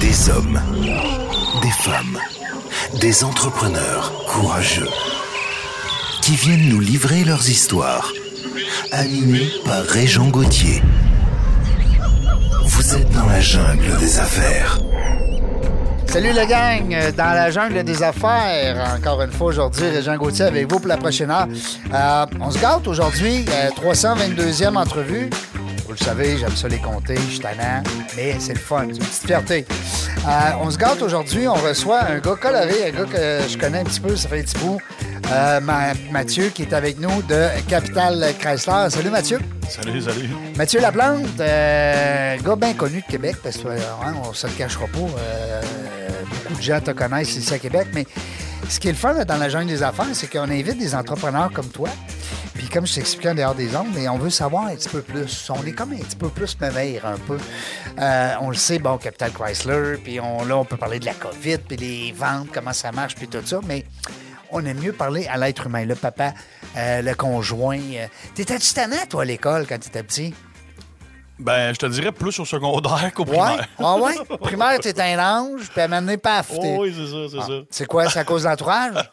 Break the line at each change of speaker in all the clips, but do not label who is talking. Des hommes, des femmes, des entrepreneurs courageux qui viennent nous livrer leurs histoires, animés par Régent Gauthier. Vous êtes dans la jungle des affaires.
Salut le gang, euh, dans la jungle des affaires. Encore une fois aujourd'hui, Régent Gauthier avec vous pour la prochaine heure. Euh, on se gâte aujourd'hui, euh, 322e entrevue. Vous le savez, j'aime ça les compter, je suis tannant, mais c'est le fun, c'est une petite fierté. Euh, on se gâte aujourd'hui, on reçoit un gars coloré, un gars que je connais un petit peu, ça fait un petit bout. Euh, Ma- Mathieu qui est avec nous de Capital Chrysler. Salut Mathieu.
Salut, salut.
Mathieu Laplante, euh, gars bien connu de Québec, parce que euh, hein, on se le cachera pas. euh, beaucoup de gens te connaissent ici à Québec, mais ce qui est le fun là, dans la jungle des affaires, c'est qu'on invite des entrepreneurs comme toi. Puis comme je t'expliquais en dehors des ondes, mais on veut savoir un petit peu plus. On est comme un petit peu plus meilleur un peu. Euh, on le sait, bon, Capital Chrysler, puis on, là, on peut parler de la COVID, puis les ventes, comment ça marche, puis tout ça, mais on aime mieux parler à l'être humain, le papa, euh, le conjoint. euh. T'étais-tu tannant, toi, à l'école, quand t'étais petit?
Ben, je te dirais plus au secondaire qu'au
Ouais,
primaire.
ah ouais. Primaire, t'es un ange, puis à un moment donné, paf. t'es-
Oh, oui, c'est ça, c'est
Ah,
ça.
C'est quoi, c'est à cause de l'entourage?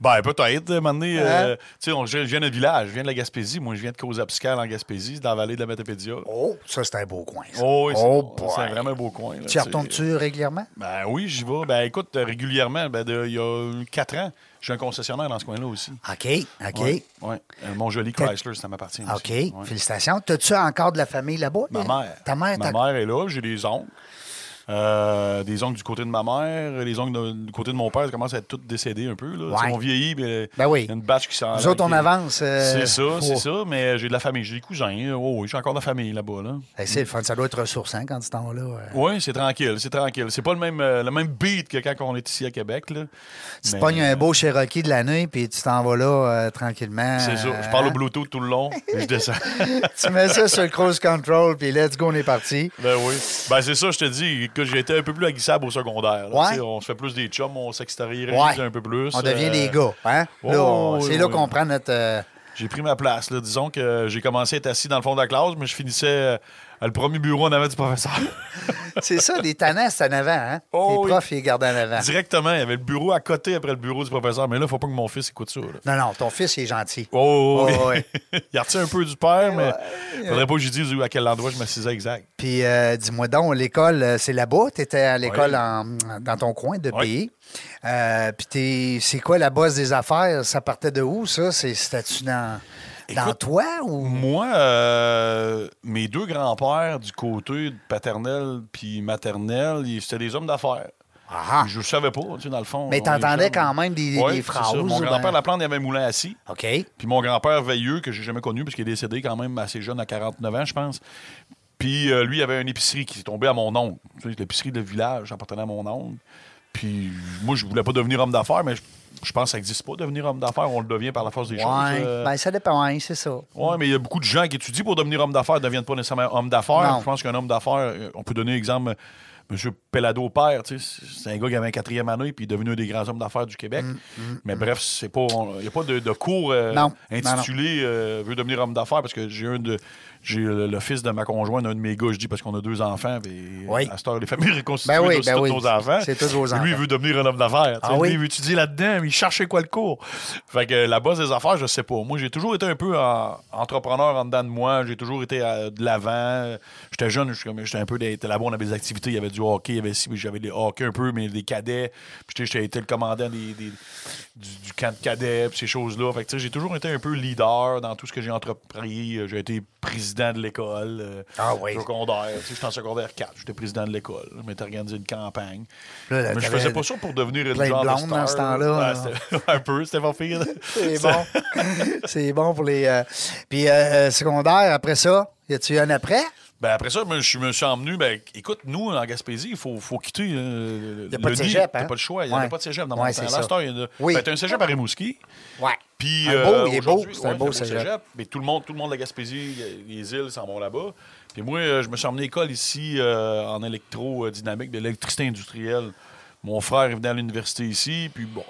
Ben, peut-être, à un moment donné,
Hein?
euh, tu sais, on- je je viens d'un village, je viens de la Gaspésie. Moi, je viens de Causapscal en Gaspésie, dans la vallée de la Métapédia.
Oh, ça, c'est un beau coin. ça.
Oh, oui, c'est-
oh boy.
c'est vraiment un beau coin. là,
Tu y
sais.
retournes-tu régulièrement?
Ben oui, j'y vais. Ben écoute, euh, régulièrement, ben, de- il y a quatre ans, je suis un concessionnaire dans ce coin-là aussi.
OK, OK,
Oui, mon joli Chrysler, ça m'appartient.
OK.
aussi. Ouais.
Félicitations. T'as-tu encore de la famille là-bas?
Ma mère.
Euh, Ta mère,
ma
t'as-
mère est là, j'ai des oncles. Euh, des oncles du côté de ma mère, les oncles de- du côté de mon père, ils commencent à être tous décédés un peu. Là.
Ouais.
Tu sais, On vieillit, mais
Ben oui.
il y a une batch qui s'en
Nous autres, on
qui-
avance. euh,
C'est ça,
faut-
c'est ça, mais j'ai de la famille, j'ai des cousins. hein. Oh, oui, j'ai encore de la famille là-bas. Là.
Eh, c'est le fun. Ça doit être ressourçant quand tu t'en vas là. euh.
Oui, c'est tranquille, c'est tranquille. C'est pas le même, euh, le même beat que quand on est ici à Québec. Là.
Tu te
Mais,
pognes un beau Cherokee de l'année, puis tu t'en vas là euh, tranquillement.
C'est
euh,
ça, je parle au
hein.
Bluetooth tout le long et je descends.
Tu mets ça sur le cruise control, puis let's go, on est parti.
ben oui. Ben c'est ça, je te dis, que j'ai été un peu plus aguissable au secondaire. là.
Ouais.
Tu sais, On se fait plus des chums, on s'extériorise
Ouais.
un peu plus.
On devient
euh,
des gars, hein?
oh,
Là, on-
oui,
c'est là
oui.
qu'on prend notre. euh,
J'ai pris ma place. Là. Disons que euh, j'ai commencé à être assis dans le fond de la classe, mais je finissais euh, à le premier bureau en avant du professeur.
C'est ça, les tannants, c'est en avant, hein?
Oh,
les
oui.
profs, ils les gardent en avant.
Directement, il y avait le bureau à côté après le bureau du professeur. Mais là, faut pas que mon fils écoute ça. là.
Non, non, ton fils, il est gentil.
Oh, oui.
Oh, ouais.
il a retient un peu du père, mais faudrait pas que je dise où- à quel endroit je m'assisais exact.
Puis, euh, dis-moi donc, l'école, euh, c'est là-bas? Tu étais à l'école
Oui.
en- dans ton coin de
Oui.
pays. Euh, puis, t'es- c'est quoi la bosse des affaires? Ça partait de où, ça? C'est- C'était-tu dans, dans
Écoute,
toi ou.
Moi, euh, mes deux grands-pères du côté paternel puis maternel, ils- c'était des hommes d'affaires.
Ah, ah.
Je ne savais pas, tu sais, dans le fond.
Mais
on
t'entendais
est jeunes.
quand même des-
Ouais,
des
c'est ça.
phrases,
Mon
ben-
grand-père Laplante, il avait un moulin assis.
OK.
Puis mon grand-père Veilleux, que j'ai jamais connu, parce qu'il est décédé quand même assez jeune, à 49 ans, je pense. Puis euh, lui, il avait une épicerie qui est tombée à mon oncle. Tu sais, L'épicerie de village appartenait à mon oncle. Puis moi, je voulais pas devenir homme d'affaires, mais je, je pense que ça n'existe pas, devenir homme d'affaires. On le devient par la force des
Ouais.
choses. euh.
Ben, ça dépend, hein, c'est ça.
Oui, mais il y a beaucoup de gens qui étudient pour devenir homme d'affaires ne deviennent pas nécessairement homme d'affaires.
Non.
Je pense qu'un homme d'affaires, euh, on peut donner exemple, euh, M. Pellado Père, tu sais, c'est un gars qui avait un quatrième année puis il est devenu un des grands hommes d'affaires du Québec. mais bref, c'est pas, on- il n'y a pas de, de cours euh,
Mm, Non.
intitulé euh, Veux devenir homme d'affaires parce que j'ai un de. J'ai le, le fils de ma conjointe, un de mes gars, je dis parce qu'on a deux enfants, puis
Oui.
à cette heure, les familles reconstituées,
Ben oui,
donc c'est
ben
tous
oui.
nos enfants.
C'est tous vos
Puis Lui, il
enfants.
veut devenir un homme d'affaires. tu
Ah
sais.
oui?
Lui, il veut étudier là-dedans, mais il cherchait quoi le cours. Fait que euh, la base des affaires, je sais pas. Moi, j'ai toujours été un peu euh, entrepreneur en dedans de moi. J'ai toujours été euh, de l'avant. J'étais jeune, je suis comme- j'étais un peu des- t'es là-bas, on avait des activités. Il y avait du hockey, il y avait ci, puis j'avais des hockey un peu, mais des cadets. Puis j'étais- j'étais été le commandant des, des- du, du camp de cadets, puis ces choses-là. Fait que tu sais, j'ai toujours été un peu leader dans tout ce que j'ai entrepris. Euh, J'ai été président de l'école. euh,
Ah oui.
Secondaire. Tu sais, J'étais en secondaire 4. J'étais président de l'école. Je m'étais organisé une campagne.
Là, là,
mais je
t'avais-
faisais pas ça pour devenir une
plein de
genre
blondes
star.
dans ce temps-là, hein.
Ouais, c'était- un peu, c'était pas pire.
C'est bon. c'est bon pour les. euh, Puis, euh, euh, secondaire, après ça, y a-tu eu un après?
Ben après ça, ben, je me suis emmené. Ben, écoute, nous, en Gaspésie, il faut, faut quitter. euh,
Y a
le
pas de
nid.
cégep, hein?
T'as pas le choix. Il n'y
Ouais.
a pas de cégep dans
Ouais,
mon
c'est
temps.
ça.
Là, star, il y en a-
Oui.
Ben, t'as un cégep à Rimouski.
Ouais.
Puis,
Un
euh,
beau, il est beau.
aujourd'hui-
C'est
ouais,
un beau cégep.
Mais tout le monde, tout le monde de la Gaspésie, euh, les îles s'en vont là-bas. Puis moi, euh, je me suis emmené à l'école ici euh, en électrodynamique, de l'électricité industrielle. Mon frère est venu à l'université ici, puis bon,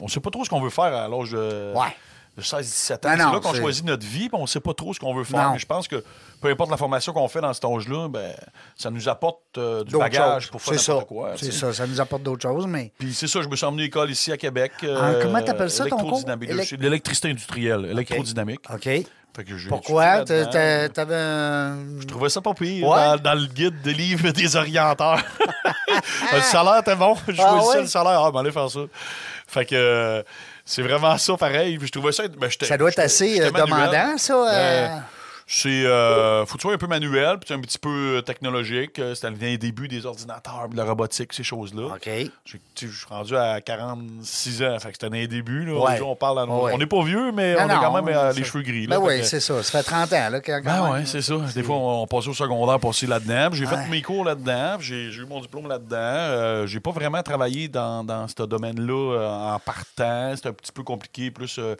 on sait pas trop ce qu'on veut faire à l'âge de.
Ouais.
de 16-17 ans.
Non,
c'est
non,
là qu'on
c'est-
choisit notre vie, puis on ne sait pas trop ce qu'on veut faire.
Non.
Mais je pense que peu importe la formation qu'on fait dans cet âge-là, ben, ça nous apporte euh, du
D'autres
bagage
choses.
pour faire
C'est ça.
n'importe quoi. tu
C'est
sais.
ça. Ça nous apporte d'autres choses, mais.
Puis c'est ça, je me suis emmené à l'école ici à Québec. euh,
comment t'appelles ça, ton cours?
électrodynamique.
Élec-
C'est de L'électricité industrielle, électrodynamique.
OK.
Fait que j'ai
Pourquoi?
étudié
T'as-
là-dedans.
t'as- T'avais un.
Je trouvais ça pas pire
Ouais.
dans, dans le guide des livres des orienteurs. le salaire était bon. Je
Ah
choisissais
ouais?
le salaire. Ah, ben allez faire ça. Fait que euh, c'est vraiment ça pareil. Puis je trouvais ça. ben, j'étais-
Ça doit être
j'étais-
assez
j'étais
euh,
manuel.
demandant, ça. euh,
Ben, C'est. Euh, faut que tu sois un peu manuel, puis tu sois un petit peu euh, technologique. Euh, C'était les débuts des ordinateurs, puis de la robotique, ces choses-là.
OK.
J'ai- tu sais, Je suis rendu à 46 ans. Fait que c'était dans les débuts. Là.
Ouais.
Aujourd'hui, on parle à nos-
Ouais.
On n'est pas vieux, mais
Non,
on a quand
non,
même euh,
c'est-
les cheveux gris. là.
Ben
Fait
oui,
que-
c'est ça. Ça fait 30 ans, là. Quand, quand
ben
même,
oui,
là.
c'est ça. Des fois, on, on passait au secondaire pour aussi là-dedans. Puis J'ai
Ouais.
fait mes cours là-dedans. puis J'ai j'ai eu mon diplôme là-dedans. Euh, j'ai pas vraiment travaillé dans, dans ce domaine-là euh, en partant. C'était un petit peu compliqué, plus euh,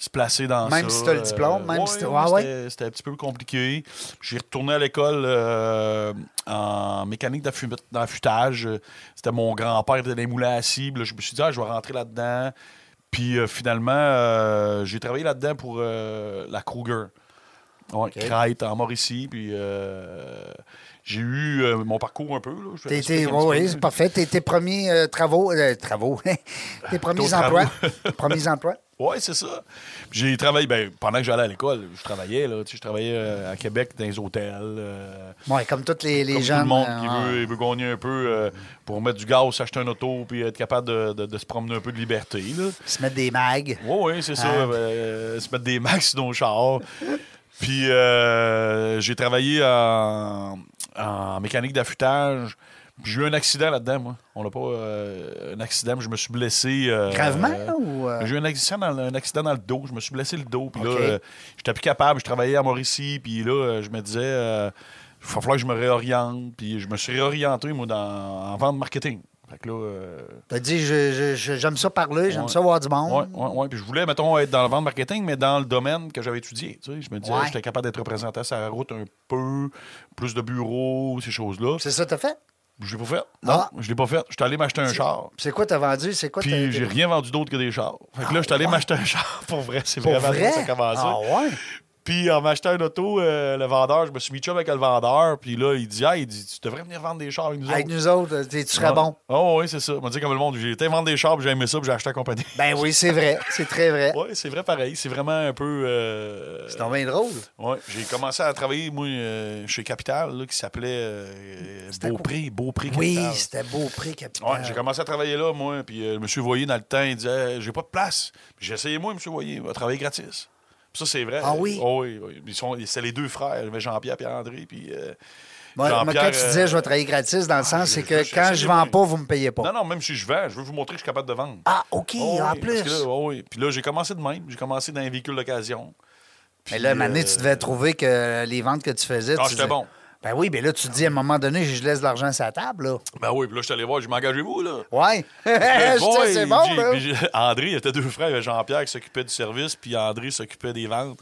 se placer dans ça. euh,
Même si t'as le diplôme, même
ouais,
si t'as-
ouais,
ah ouais?
c'était- C'était un petit peu compliqué. J'ai retourné à l'école euh, en mécanique d'affu- d'affûtage. C'était mon grand-père qui était dans les moulins à cible. Je me suis dit, ah, je vais rentrer là-dedans. Puis euh, finalement, euh, j'ai travaillé là-dedans pour euh, la Kruger. Ouais, Crête, en Mauricie. Puis euh, j'ai eu euh, mon parcours un peu. Là, Je vais
T'es-
expliquer
t'es-
un
Oui,
petit
oui,
peu.
c'est parfait. Tes, tes premiers euh, travaux. euh, travaux. tes premiers
D'autres
emplois. premiers emplois.
Ouais, c'est ça. Puis J'ai travaillé, ben, pendant que j'allais à l'école, je travaillais, là, tu sais, je travaillais euh, à Québec dans les hôtels. euh,
Oui, comme tous les, les
comme
jeunes.
tout le monde
euh,
qui
ah,
veut, il veut gagner un peu euh, pour mettre du gaz, s'acheter un auto, puis être capable de, de- de se promener un peu de liberté. Là.
Se mettre des mags.
Oui, oui, c'est ça.
Ah.
euh, se mettre des max dans le char. Puis euh, j'ai travaillé en, en mécanique d'affûtage. Puis J'ai eu un accident là-dedans, moi. On n'a pas euh, un accident, mais je me suis blessé. euh,
Gravement,
euh,
là, ou. euh,
j'ai eu un accident, dans, le- un accident dans le dos. Je me suis blessé le dos. Puis là,
OK.
euh, j'étais plus capable. Je travaillais à Mauricie. Puis là, euh, je me disais, euh, il va falloir que je me réoriente. Puis je me suis réorienté, moi, dans, en vente marketing. Fait que là, euh,
T'as dit, je- je- je- j'aime ça parler, j'aime
Ouais.
ça voir du
Oui,
monde.
oui, oui. Puis je voulais, mettons, être dans le vente marketing, mais dans le domaine que j'avais étudié. Tu sais, je me disais,
Ouais.
j'étais capable d'être représentant sur la route un peu, plus de bureaux, ces choses-là.
C'est ça que t'as fait?
Je l'ai pas fait. Non,
Ah.
je l'ai pas fait. Je suis allé m'acheter un char.
C'est quoi t'as vendu? C'est quoi t'as- Ah,
Puis j'ai rien vendu d'autre que des chars. Fait que là, je suis allé m'acheter un char pour vrai. C'est
Pour
vraiment ça
vrai?
que ça a commencé.
Ah ouais?
Puis en m'achetant un auto, euh, le vendeur, je me suis mis chum avec le vendeur. Puis là, il dit, hey, il dit, tu devrais venir vendre des chars avec nous
Avec
autres.
nous autres, euh, t'es- tu serais
Ouais.
bon.
Oh, oui, c'est ça. On m'a dit comme le monde, j'ai été vendre des chars, puis j'ai aimé ça, puis j'ai acheté la compagnie.
Ben oui, c'est vrai. C'est très vrai.
Oui, c'est vrai pareil. C'est vraiment un peu. euh,
C'est donc bien drôle.
ouais, j'ai commencé à travailler, moi, euh, chez Capital, là, qui s'appelait euh,
C'était quoi?
Beaupré. Beaupré
Oui,
Capital.
c'était beau prix, capitaine.
Ouais, j'ai commencé à travailler là, moi. Puis euh, le monsieur Voyer, dans le temps, il disait J'ai pas de place. Puis j'ai essayé, moi, monsieur Voyer, il va travailler gratis. Puis ça, c'est vrai.
Ah oui?
Oh, oui, oui. Ils sont, c'était les deux frères, il y avait Jean-Pierre et André. Puis. euh,
Moi, moi,
Jean-Pierre,
quand tu disais
euh,
je vais travailler gratis, dans le sens,
je-
c'est que
je- je-
quand
je-
je vends pas, vous me payez pas.
Non, non, même si je vends, je veux vous montrer que je suis capable de vendre.
Ah, OK,
Oh, oui,
en
parce
plus.
que là, oh, oui. Puis là, j'ai commencé de même. J'ai commencé dans un véhicule d'occasion.
Mais là, à un
Puis,
moment donné, tu
euh,
devais trouver que les ventes que tu faisais.
Ah,
tu
j'étais
disais-
bon.
Ben oui, mais là, tu te dis à un moment donné, je laisse de l'argent sur la table, là.
Ben oui, puis là, je suis allé voir, je m'engagez-vous, là.
Ouais. Eh, je
Boy,
dis, c'est bon,
j'ai-
là.
puis j'ai- André, il y avait deux frères, il y avait Jean-Pierre qui s'occupait du service, puis André s'occupait des ventes.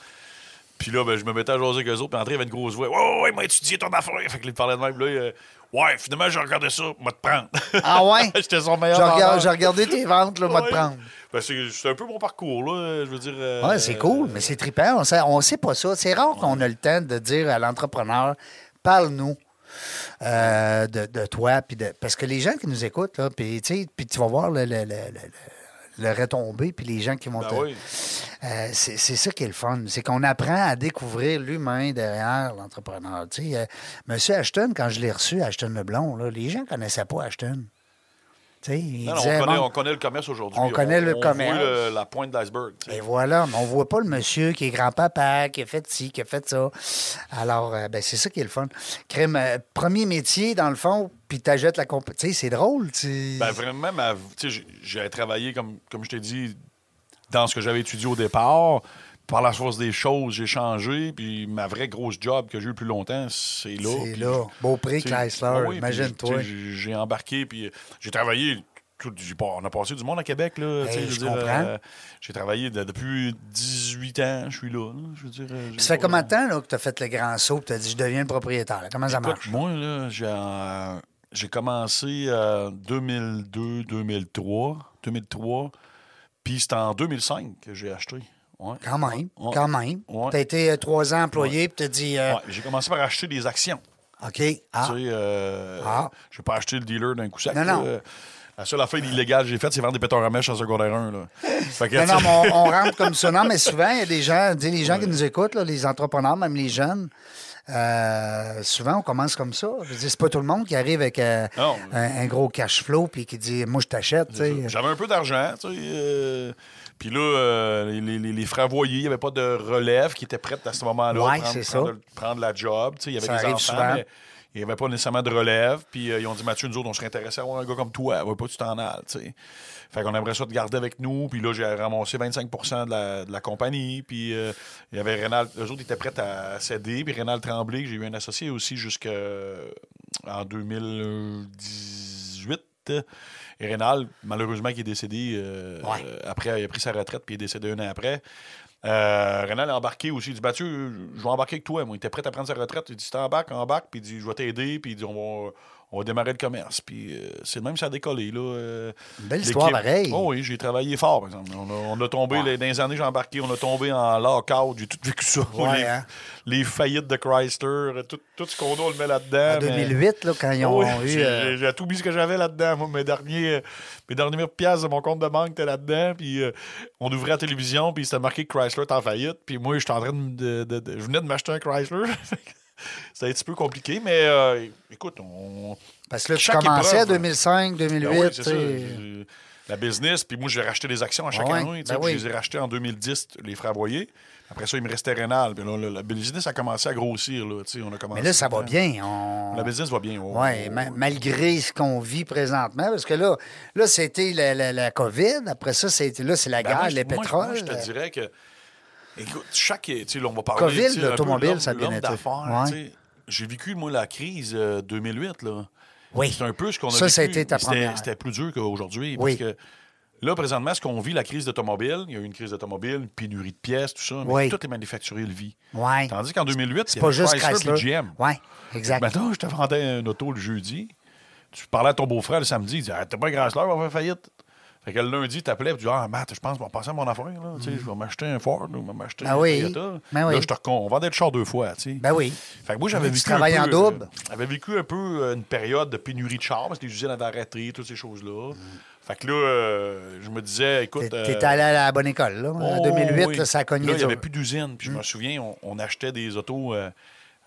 Puis là, ben, je me mettais à jaser avec eux autres, puis André avait une grosse voix. Ouais, ouais, ouais, m'a étudié ton affaire. Fait qu'il parlait de même, là, il, euh, ouais, finalement, j'ai regardé ça, m'a te prendre.
Ah ouais?
J'étais son
Je
meilleur.
regarde-
vendeur.
J'ai regardé tes ventes, là, moi, de
Ouais.
prendre.
Ben, c'est c'est un peu mon parcours, là, je veux dire. euh,
Ouais, c'est cool, mais c'est trippant. On sait, on sait pas ça. C'est rare qu'on a le temps de dire à l'entrepreneur, parle-nous euh, de, de toi. puis de- parce que les gens qui nous écoutent, là, puis tu sais, puis tu vas voir le, le, le- le- le retombé, puis les gens qui vont
Ben
te-
oui.
Euh, c'est c'est ça qui est le fun. C'est qu'on apprend à découvrir l'humain derrière l'entrepreneur. Tu sais, euh, Monsieur Ashton, quand je l'ai reçu, Ashton Leblon, là, les gens connaissaient pas Ashton. Tu sais, il
Non, non,
disait,
on, connaît,
bon,
on connaît le commerce aujourd'hui.
On connaît le
voit
commerce.
le- la pointe d'iceberg. tu sais.
Et voilà, mais on voit pas le monsieur qui est grand-papa, qui a fait ci, qui a fait ça. Alors, euh, ben, c'est ça qui est le fun. Crème, euh, premier métier, dans le fond, puis t'achètes la comp... Tu sais, c'est drôle. tu-
Ben vraiment, ma- tu sais, j'ai- j'ai travaillé, comme, comme je t'ai dit, dans ce que j'avais étudié au départ. Par la force des choses, j'ai changé. Puis ma vraie grosse job que j'ai eu le plus longtemps, c'est là.
c'est
Puis
là. Beaupré,
tu sais,
Chrysler,
ah oui, puis
imagine-toi.
j'ai- tu sais, J'ai embarqué, puis euh, j'ai travaillé. tout- j'ai pas- on a passé du monde à Québec, là. tu sais,
Hey,
veux
je
dire, euh,
comprends.
j'ai travaillé de- depuis 18 ans, je suis là. là, je veux dire, euh, j'ai
Puis ça fait
pas-
combien de temps là, que t'as fait le grand saut tu t'as dit, je deviens le propriétaire? là? Comment ça
Écoute,
marche?
moi, là, j'ai, euh, j'ai commencé euh, en 2002, 2003, 2003. Puis c'est en 2005 que j'ai acheté. Ouais.
Quand même,
Ouais.
quand même.
Ouais.
T'as été euh, trois ans employé, puis t'as dit, euh,
Ouais, j'ai commencé par acheter des actions.
OK, ah,
Tu sais, euh,
Ah.
j'ai pas acheté le dealer d'un coup sec.
Non, non.
là. La seule affaire illégale que j'ai faite, c'est vendre des pétards à mèche en secondaire 1. Là. Fait que,
Non, non,
tu sais,
mais on, on rentre comme ça. Non, mais souvent, il y a des gens, tu sais, les gens qui nous écoutent, là, les entrepreneurs, même les jeunes, euh, souvent, on commence comme ça. Je veux dire, c'est pas tout le monde qui arrive avec euh,
Non.
un, un gros cash flow puis qui dit, moi, je t'achète. tu sais.
J'avais un peu d'argent. tu sais, euh, Puis là, euh, les, les, les- les frères voyés, il n'y avait pas de relève qui était prête à ce moment-là.
Ouais,
prendre,
c'est ça.
prendre, prendre la job. tu sais, Il y avait
Ça
des
arrive
enfants,
souvent.
mais il n'y avait pas nécessairement de relève. Puis euh, ils ont dit, Mathieu, nous autres, on serait intéressés à avoir un gars comme toi. Va pas, tu t'en ailles. tu sais. Fait qu'on aimerait ça te garder avec nous. Puis là, j'ai ramassé 25 de la, de la compagnie. Puis euh, il y avait Rénal. Eux autres ils étaient prêts à céder. Puis Rénal Tremblay, que j'ai eu un associé aussi euh, jusqu'en 2018. Et Rénal, malheureusement, qui est décédé euh,
Ouais.
euh, après, il a pris sa retraite, puis il est décédé un an après. Euh, Rénal a embarqué aussi. Il dit Mathieu, je vais embarquer avec toi. Moi, il était prêt à prendre sa retraite. Il dit T'embarques, embarque, puis il dit Je vais t'aider, puis il dit On va, on va démarrer le commerce. Puis euh, c'est de même, que ça a décollé. Là, euh,
Belle histoire,
L'équipe-
pareil.
Oh oui, j'ai travaillé fort, par exemple. On a, on a tombé,
Ouais.
les, dans les années que j'ai embarqué, on a tombé en lockout, j'ai tout vécu ça.
Ouais,
les,
hein.
les faillites de Chrysler, tout, tout ce qu'on a, on le met là-dedans.
En
mais-
2008, là, quand ils ont
Oh oui,
eu.
j'ai-
euh,
J'ai tout mis ce que j'avais là-dedans. Moi, mes, derniers, euh, mes dernières pièces de mon compte de banque étaient là-dedans. Puis euh, on ouvrait la télévision, puis c'était marqué Chrysler est en faillite. Puis moi, j'étais en train de, me- de- de- de- Je venais de m'acheter un Chrysler. C'était un petit peu compliqué, mais euh, écoute, on,
parce que là, tu
chaque
commençais
épreuve, hein.
2005, 2008.
ben oui, c'est
tu
ça.
sais.
J'ai- La business, puis moi, j'ai racheté des actions à chaque
Ah ouais,
année. tu sais,
ben
puis
oui.
Je les ai rachetées en 2010, les frères Boyer. Après ça, il me restait Rénal. Puis là, le- la business a commencé à grossir. Là, tu sais, on a commencé
Mais là, ça va
hein.
bien. On...
La business va bien. oh.
Oui, malgré ce qu'on vit présentement, parce que là, là c'était la, la- la COVID, après ça, c'était, là, c'est la
Ben,
guerre,
moi, je-
les
moi, je-
pétroles. euh,
Moi, je te dirais que. Écoute, chaque. Tu sais, là, on va parler.
Covid,
tu sais, un peu
l'automobile,
l'homme-
ça a bien
l'homme
été.
d'affaires,
Ouais.
tu sais. J'ai vécu, moi, la crise euh, 2008. Là.
Oui.
C'est un peu ce qu'on a
Ça,
vécu.
ça a été ta
C'était-
première.
C'était plus dur qu'aujourd'hui.
Oui.
Parce que là, présentement, ce qu'on vit, la crise d'automobile, il y a eu une crise d'automobile, une pénurie de pièces, tout ça. Mais
Oui.
tout est manufacturé, le vit.
Ouais.
Tandis qu'en 2008,
C'est
il y
pas
avait
juste
Chrysler
Chrysler.
puis Ben, GM.
Oui, exact.
Maintenant, je te vendais un auto le jeudi. Tu parlais à ton beau-frère le samedi. Il disait Ah, T'as pas un Chrysler, on va faire faillite. Fait que le lundi, il t'appelait et tu dis Ah, Matt, je pense qu'on va passer à mon affaire. Là. Tu sais, Je vais m'acheter un Ford, ou je vais m'acheter
Mm. Ben
un
oui.
Toyota.
Ben oui.
Là, je te recon. On vendait le char deux fois. tu sais.
Ben oui.
Fait que moi, j'avais
Tu
vécu.
travailles
un
en
peu,
double.
euh, j'avais vécu un peu euh, une période de pénurie de chars parce que les usines avaient arrêté, toutes ces choses-là. Fait que là, euh, je me disais
T'es
Écoute.
Mm. t'es
euh,
allé à la bonne école, là. En
Oh,
2008,
oui.
là, ça a cogné.
Là, il n'y
dur. Mm.
avait plus d'usine. Puis je me souviens, on, on achetait des autos, euh,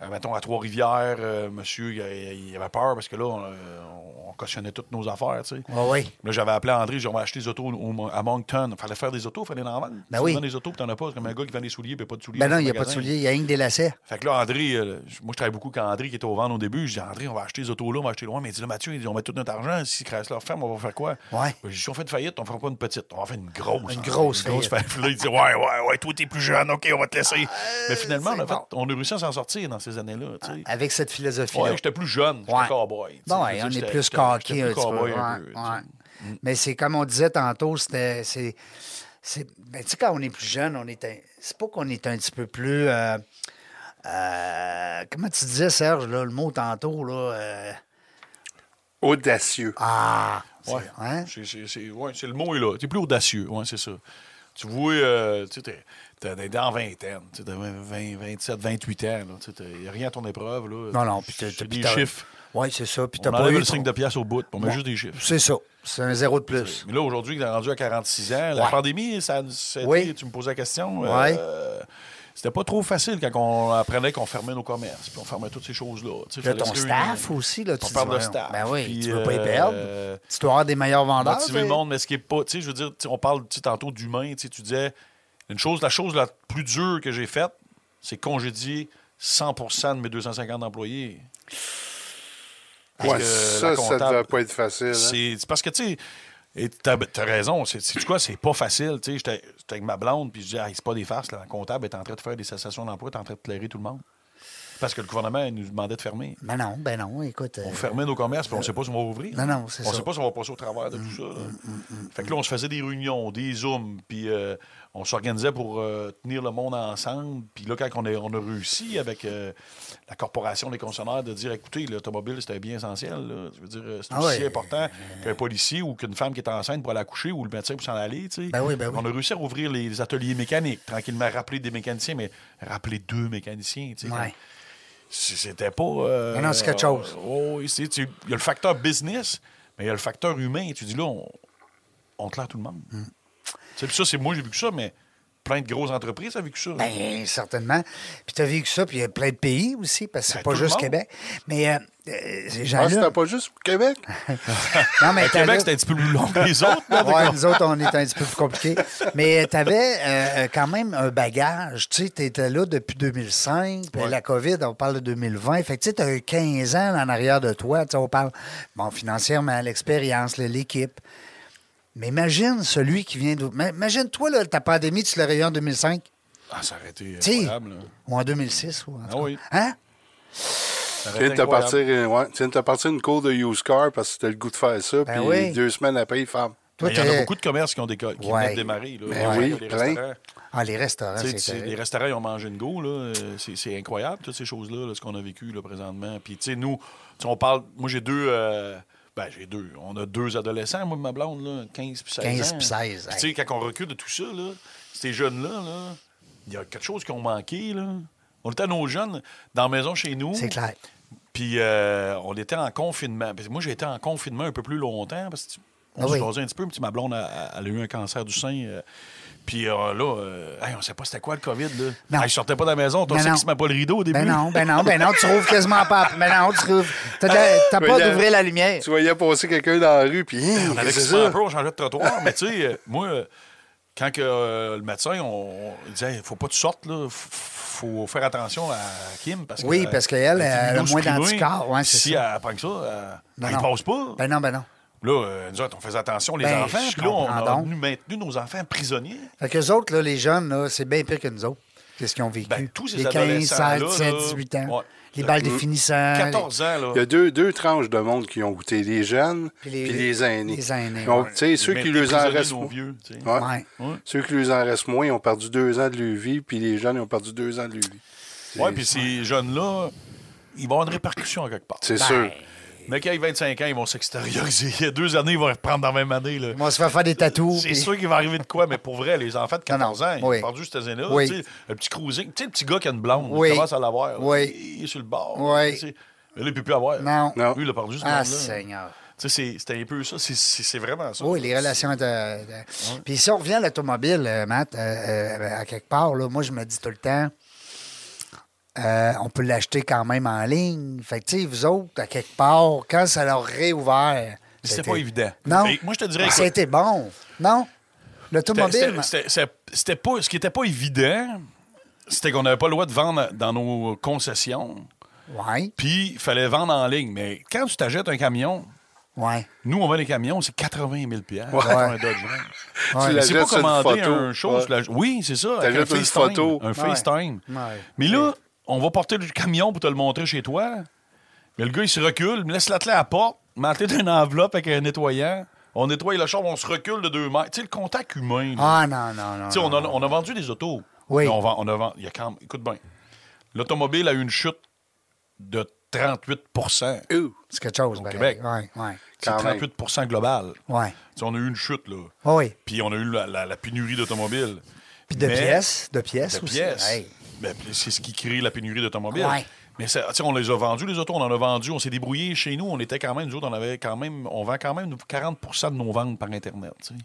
euh, mettons, à Trois-Rivières. euh, monsieur, il, a- il avait peur parce que là, on, euh, on cautionnait toutes nos affaires, tu sais.
Ouais, oui.
Là, j'avais appelé André, j'ai dit, on va acheter des autos au- à Moncton. Fallait faire des autos, fallait en vendre.
Ben
Tu
oui.
vends des autos, puis t'en as pas. C'est comme un gars qui vend des souliers, puis pas de souliers.
Ben
dans
non,
son
il n'y a pas de
magasin.
souliers, il y a rien que des lacets.
Fait que là, André, euh, je- moi, je travaille beaucoup quand André qui était au ventre au début. Je dis, André, on va acheter les autos là, on va acheter loin. Mais il dit, là, Mathieu, il dit, on met tout notre argent. Si Chrysler ferme, on va faire quoi?
Ouais.
Ben, j'ai dit, si on fait une faillite, on fera pas une petite. On va faire une grosse.
Une grosse faillite. Ah,
faillite. Puis Là, il dit, ouais, ouais, ouais, toi, t'es plus jeune, OK, on va te laisser. Mais finalement,
c'est
on a, fait-
bon. Ah,
on a réussi à s'en sortir dans ces années-là. tu sais.
Avec cette
Ouais,
philosophie-là.
j'étais plus jeune, j'étais
Ouais.
cowboy. tu sais.
Bon,
Je veux
ouais,
dire,
on est
j'étais-
plus
j'étais-
coqué
j'étais
un
plus
petit peu.
cowboy un
ouais,
peu, tu sais.
ouais. Mais c'est comme on disait tantôt, c'était. c'est- c'est- ben, tu sais, quand on est plus jeune, on est. un- C'est pas qu'on est un petit peu plus. euh, euh, comment tu disais, Serge, là, le mot tantôt, là. euh,
Audacieux.
ah! c'est-
Ouais.
hein?
C'est- c'est- c'est- ouais, c'est le mot est là. T'es plus audacieux, ouais, c'est ça. Tu vois, euh, tu sais, t'es- t'es t'es dans vingtaine, tu sais, t'as 20, 27, 28 ans, là, tu sais, il n'y a rien à ton épreuve. Là.
Non, non, puis t'as-
C'est
t'as-
des
puis t'as-
chiffres.
Oui, c'est ça. Puis
On
t'as pas
enlève
eu.
le signe de pièce au bout, puis on met juste des chiffres.
C'est ça. C'est un zéro de plus.
Mais là, aujourd'hui, que t'es rendu à 46 ans, la
Ouais.
pandémie, ça, ça a
Oui.
été- tu me posais la question.
Ouais.
euh, c'était pas trop facile quand on apprenait qu'on fermait nos commerces, puis on fermait toutes ces choses-là. tu sais,
Là,
fallait
ton
se
staff
réunir.
aussi, là, tu
On
dis,
parle de
voyons,
staff.
Ben oui,
puis,
tu veux pas y perdre.
euh,
tu dois avoir des meilleurs
Ah, bah,
vendeurs.
motiver
tu
le
sais.
monde, mais ce qui est pas, tu sais, je veux dire, tu sais, on parle tu sais, tantôt d'humain, tu sais, tu disais, une chose, la chose la plus dure que j'ai faite, c'est congédier 100 de mes 250 employés. Parce
Ouais,
que
ça,
la
ça
comptable,
devait pas être facile. hein.
c'est c'est parce que, tu sais, et t'as as raison, c'est sais-tu quoi, c'est pas facile, tu sais, j'étais j'étais avec ma blonde, puis je disais, Ah, c'est pas des farces, là, la comptable est en train de faire des cessations d'emploi, est en train de plairer tout le monde. Parce que le gouvernement il nous demandait de fermer.
Ben non, ben non, écoute.
On fermait nos commerces, puis on ne sait pas si on va ouvrir.
Non, non, c'est
On
ça. Mm,
sait pas si on va passer au travers de tout ça. là. fait que là, on se faisait des réunions, des Zooms, puis euh, on s'organisait pour euh, tenir le monde ensemble. Puis là, quand on a, on a réussi avec euh, la corporation des concessionnaires de dire, écoutez, l'automobile, c'était bien essentiel. là. Je veux dire, euh, c'est
Ah
aussi
ouais.
important qu'un policier ou qu'une femme qui est enceinte pour aller accoucher ou le médecin pour s'en aller. tu sais.
Ben oui, ben oui.
On a réussi à ouvrir les ateliers mécaniques, tranquillement, rappeler des mécaniciens, mais rappeler deux mécaniciens. tu sais,
Ouais.
c- c'était pas. euh,
Non, non, c'est quelque chose.
euh, oh, oui, c'est- tu- il y a le facteur business, mais il y a le facteur humain. Tu dis là, on, on claire tout le monde.
Hmm.
Tu sais, puis ça, c'est moi, j'ai vécu ça, mais plein de grosses entreprises ont vécu ça.
Ben, certainement. Puis tu as vécu ça, puis il y a plein de pays aussi, parce que c'est
Ben,
pas
tout le
juste
monde.
Québec. Mais euh, euh, ces
Ah,
gens-là.
c'était pas juste au Québec?
non, mais
À
t'as
Ben, Québec,
là-
c'était un petit peu plus long que les autres. là, de-
Ah Ouais, nous autres, on est un petit peu plus compliqués. Mais tu avais quand même un bagage. Tu sais, tu étais là depuis 2005. puis
Ouais.
La COVID, on parle de 2020. Fait que tu sais, tu as 15 ans en arrière de toi. Tu sais, on parle, bon, financièrement, l'expérience, le- l'équipe. Mais imagine celui qui vient d'où. mais Imagine-toi, là, ta pandémie, tu l'aurais eu en 2005
Ah, ça aurait été
Tu sais,
incroyable. là.
ou en 2006. Ou en tout
Ah oui.
cas. Hein?
Ça
Tu
aurait
viens
été
de te
incroyable.
partir, euh, ouais, tu viens de te partir une cour de used car parce que t'as le goût de faire ça,
Ben
puis
oui.
deux semaines après, il ferme.
Toi,
Mais Il y en a
t'es-
beaucoup de commerces qui ont des co- qui
Ouais.
viennent de démarrer. là.
Ben oui,
les
plein.
restaurants.
Ah, les restaurants,
Tu sais,
c'est
tu sais,
terrible.
les restaurants, ils ont mangé une go. là. Euh, C'est c'est incroyable, toutes ces choses-là, là, ce qu'on a vécu là, présentement. Puis, tu sais, nous, tu sais, on parle. Moi, j'ai deux. euh, ben, j'ai deux. On a deux adolescents, moi, et ma blonde, là, 15 puis 16.
15
ans.
puis 16,
Puis, tu sais, quand on recule de tout ça, là, ces jeunes-là, là, il y a quelque chose qui ont manqué. Là. On était à nos jeunes dans la maison chez nous.
C'est clair.
Puis euh, on était en confinement. Parce que moi, j'ai été en confinement un peu plus longtemps. Parce que tu- on
Ah
se
oui.
jasait un petit peu. Puis ma blonde, elle, elle a eu un cancer du sein. euh, puis euh, là, euh, hey, on ne sait pas c'était quoi le COVID. Là.
Non.
Hey, je sortais pas de la maison.
Ben
On sait
non.
qu'il se met pas le rideau au début.
Ben non, ben non, ben non, tu rouvres quasiment pas. Ben non, tu rouvres. T'as de la- t'as pas
Voyant-
d'ouvrir la lumière.
Tu voyais passer quelqu'un dans la rue, puis hein,
On avait
qu'est-ce que c'est
quasiment un
ça?
peu, on changeait de trottoir. mais tu sais, euh, moi, euh, quand que, euh, le médecin, on, on disait, il faut pas que tu sortes, là. F- faut faire attention à Kim. Parce que, euh,
Oui, parce qu'elle, elle a le moins
immunosupprimée.
d'anticorps, ouais, c'est
si
ça.
elle prend que ça, euh,
Non,
elle
non.
passe pas.
Ben non, ben non.
Là, euh, nous autres, on faisait attention, les
Ben,
enfants.
je
Puis là, on a
comprends donc.
nu- maintenu nos enfants prisonniers.
Fait qu'eux autres, là, les jeunes, là, c'est bien pire que nous autres. Qu'est-ce qu'ils ont vécu?
Ben, tous ces
les 15,
adolescents-là,
16, 17,
là,
18 ans.
ouais.
Les balles
Euh,
définissantes.
14 ans, là.
Il y a deux, deux tranches de monde qui ont goûté, les jeunes
Puis
puis
les-
les, aînés.
les aînés,
Donc,
ouais.
tu sais, ceux
Mais
qui
t'es
lui en
prisonnier
restent
de nos
moins.
vieux, tu sais.
Ouais.
Ouais.
Ouais.
Ceux qui lui en restent moins ont perdu deux ans de leur vie, puis les jeunes ils ont perdu deux ans de leur vie. C'est-
Ouais, puis ces jeunes-là, ils vont avoir une répercussion à quelque part.
C'est
Ben,
sûr.
Mais quand ils ont 25 ans, ils vont s'extérioriser. Il y a deux années, ils vont reprendre dans la même année. Là.
Ils vont Ben, se faire faire des tatous.
C'est
puis-
sûr qu'il va arriver de quoi, mais pour vrai, les enfants de 14
Non, non,
ans, ils
oui.
ont perdu cette année-là.
Oui.
tu sais, Le petit cruising, tu sais, le petit gars qui a une blonde,
Oui.
il commence à l'avoir. là.
Oui.
Il est sur le bord.
Oui.
tu sais. Mais là, il ne peut plus avoir.
Non.
Non.
Lui, il a perdu ce
Ah,
monde-là.
Seigneur.
Tu sais, c'est- c'était un peu ça. C'est- C'est c'est vraiment ça.
Oui, les relations. De, de- Puis si on revient à l'automobile, euh, Matt, euh, euh, à quelque part, là, moi, je me dis tout le temps, euh, on peut l'acheter quand même en ligne. Fait que, tu sais, vous autres, à quelque part, quand ça leur réouvert.
C'était
c'était-
pas évident.
Non.
Mais moi, je te dirais que-
C'était bon. Non? L'automobile.
C'était-
ma-
c'était- c'était- C'était pas. Ce qui n'était pas évident, c'était qu'on n'avait pas le droit de vendre dans nos concessions.
Ouais,
Puis, il fallait vendre en ligne. Mais quand tu t'achètes un camion,
ouais.
nous, on vend des camions, c'est 80 000
Ouais.
pour un Dodge Ram.
Tu
Mais
la
C'est pas
jettes sur une
commander
photo.
un chose.
Ouais.
la- Oui, c'est ça. avec
T'ajoutes
un
une
FaceTime,
photo.
Un
Ouais.
FaceTime.
Ouais.
Mais là, on va porter le camion pour te le montrer chez toi. Mais le gars, il se recule, me laisse l'atteler à la porte, m'entrer dans une enveloppe avec un nettoyant. On nettoie le char, on se recule de deux mètres. Tu sais, le contact humain. là.
Ah, non, non, non.
Tu sais, on, a,
non.
on a vendu des autos.
Oui.
Mais On vend- on a vendu, il y a quand même- écoute bien, l'automobile a eu une chute de 38 C'est
Ouh,
C'est quelque chose, pareil.
Québec.
Ouais, ouais.
Quand même.
38 global.
Ouais.
Tu sais, on a eu une chute, là.
Ah oui.
Puis on a eu la, la- la pénurie d'automobiles.
Puis de
Mais-
pièces. De pièces
De
aussi.
pièces.
Hey.
Ben, puis c'est ce qui crée la pénurie d'automobiles.
Ouais.
Mais ça, tu sais, on les a vendus, les autos, on en a vendu, on s'est débrouillé chez nous, on était quand même, nous autres, on avait quand même, on vend quand même 40 de nos ventes par Internet. tu sais.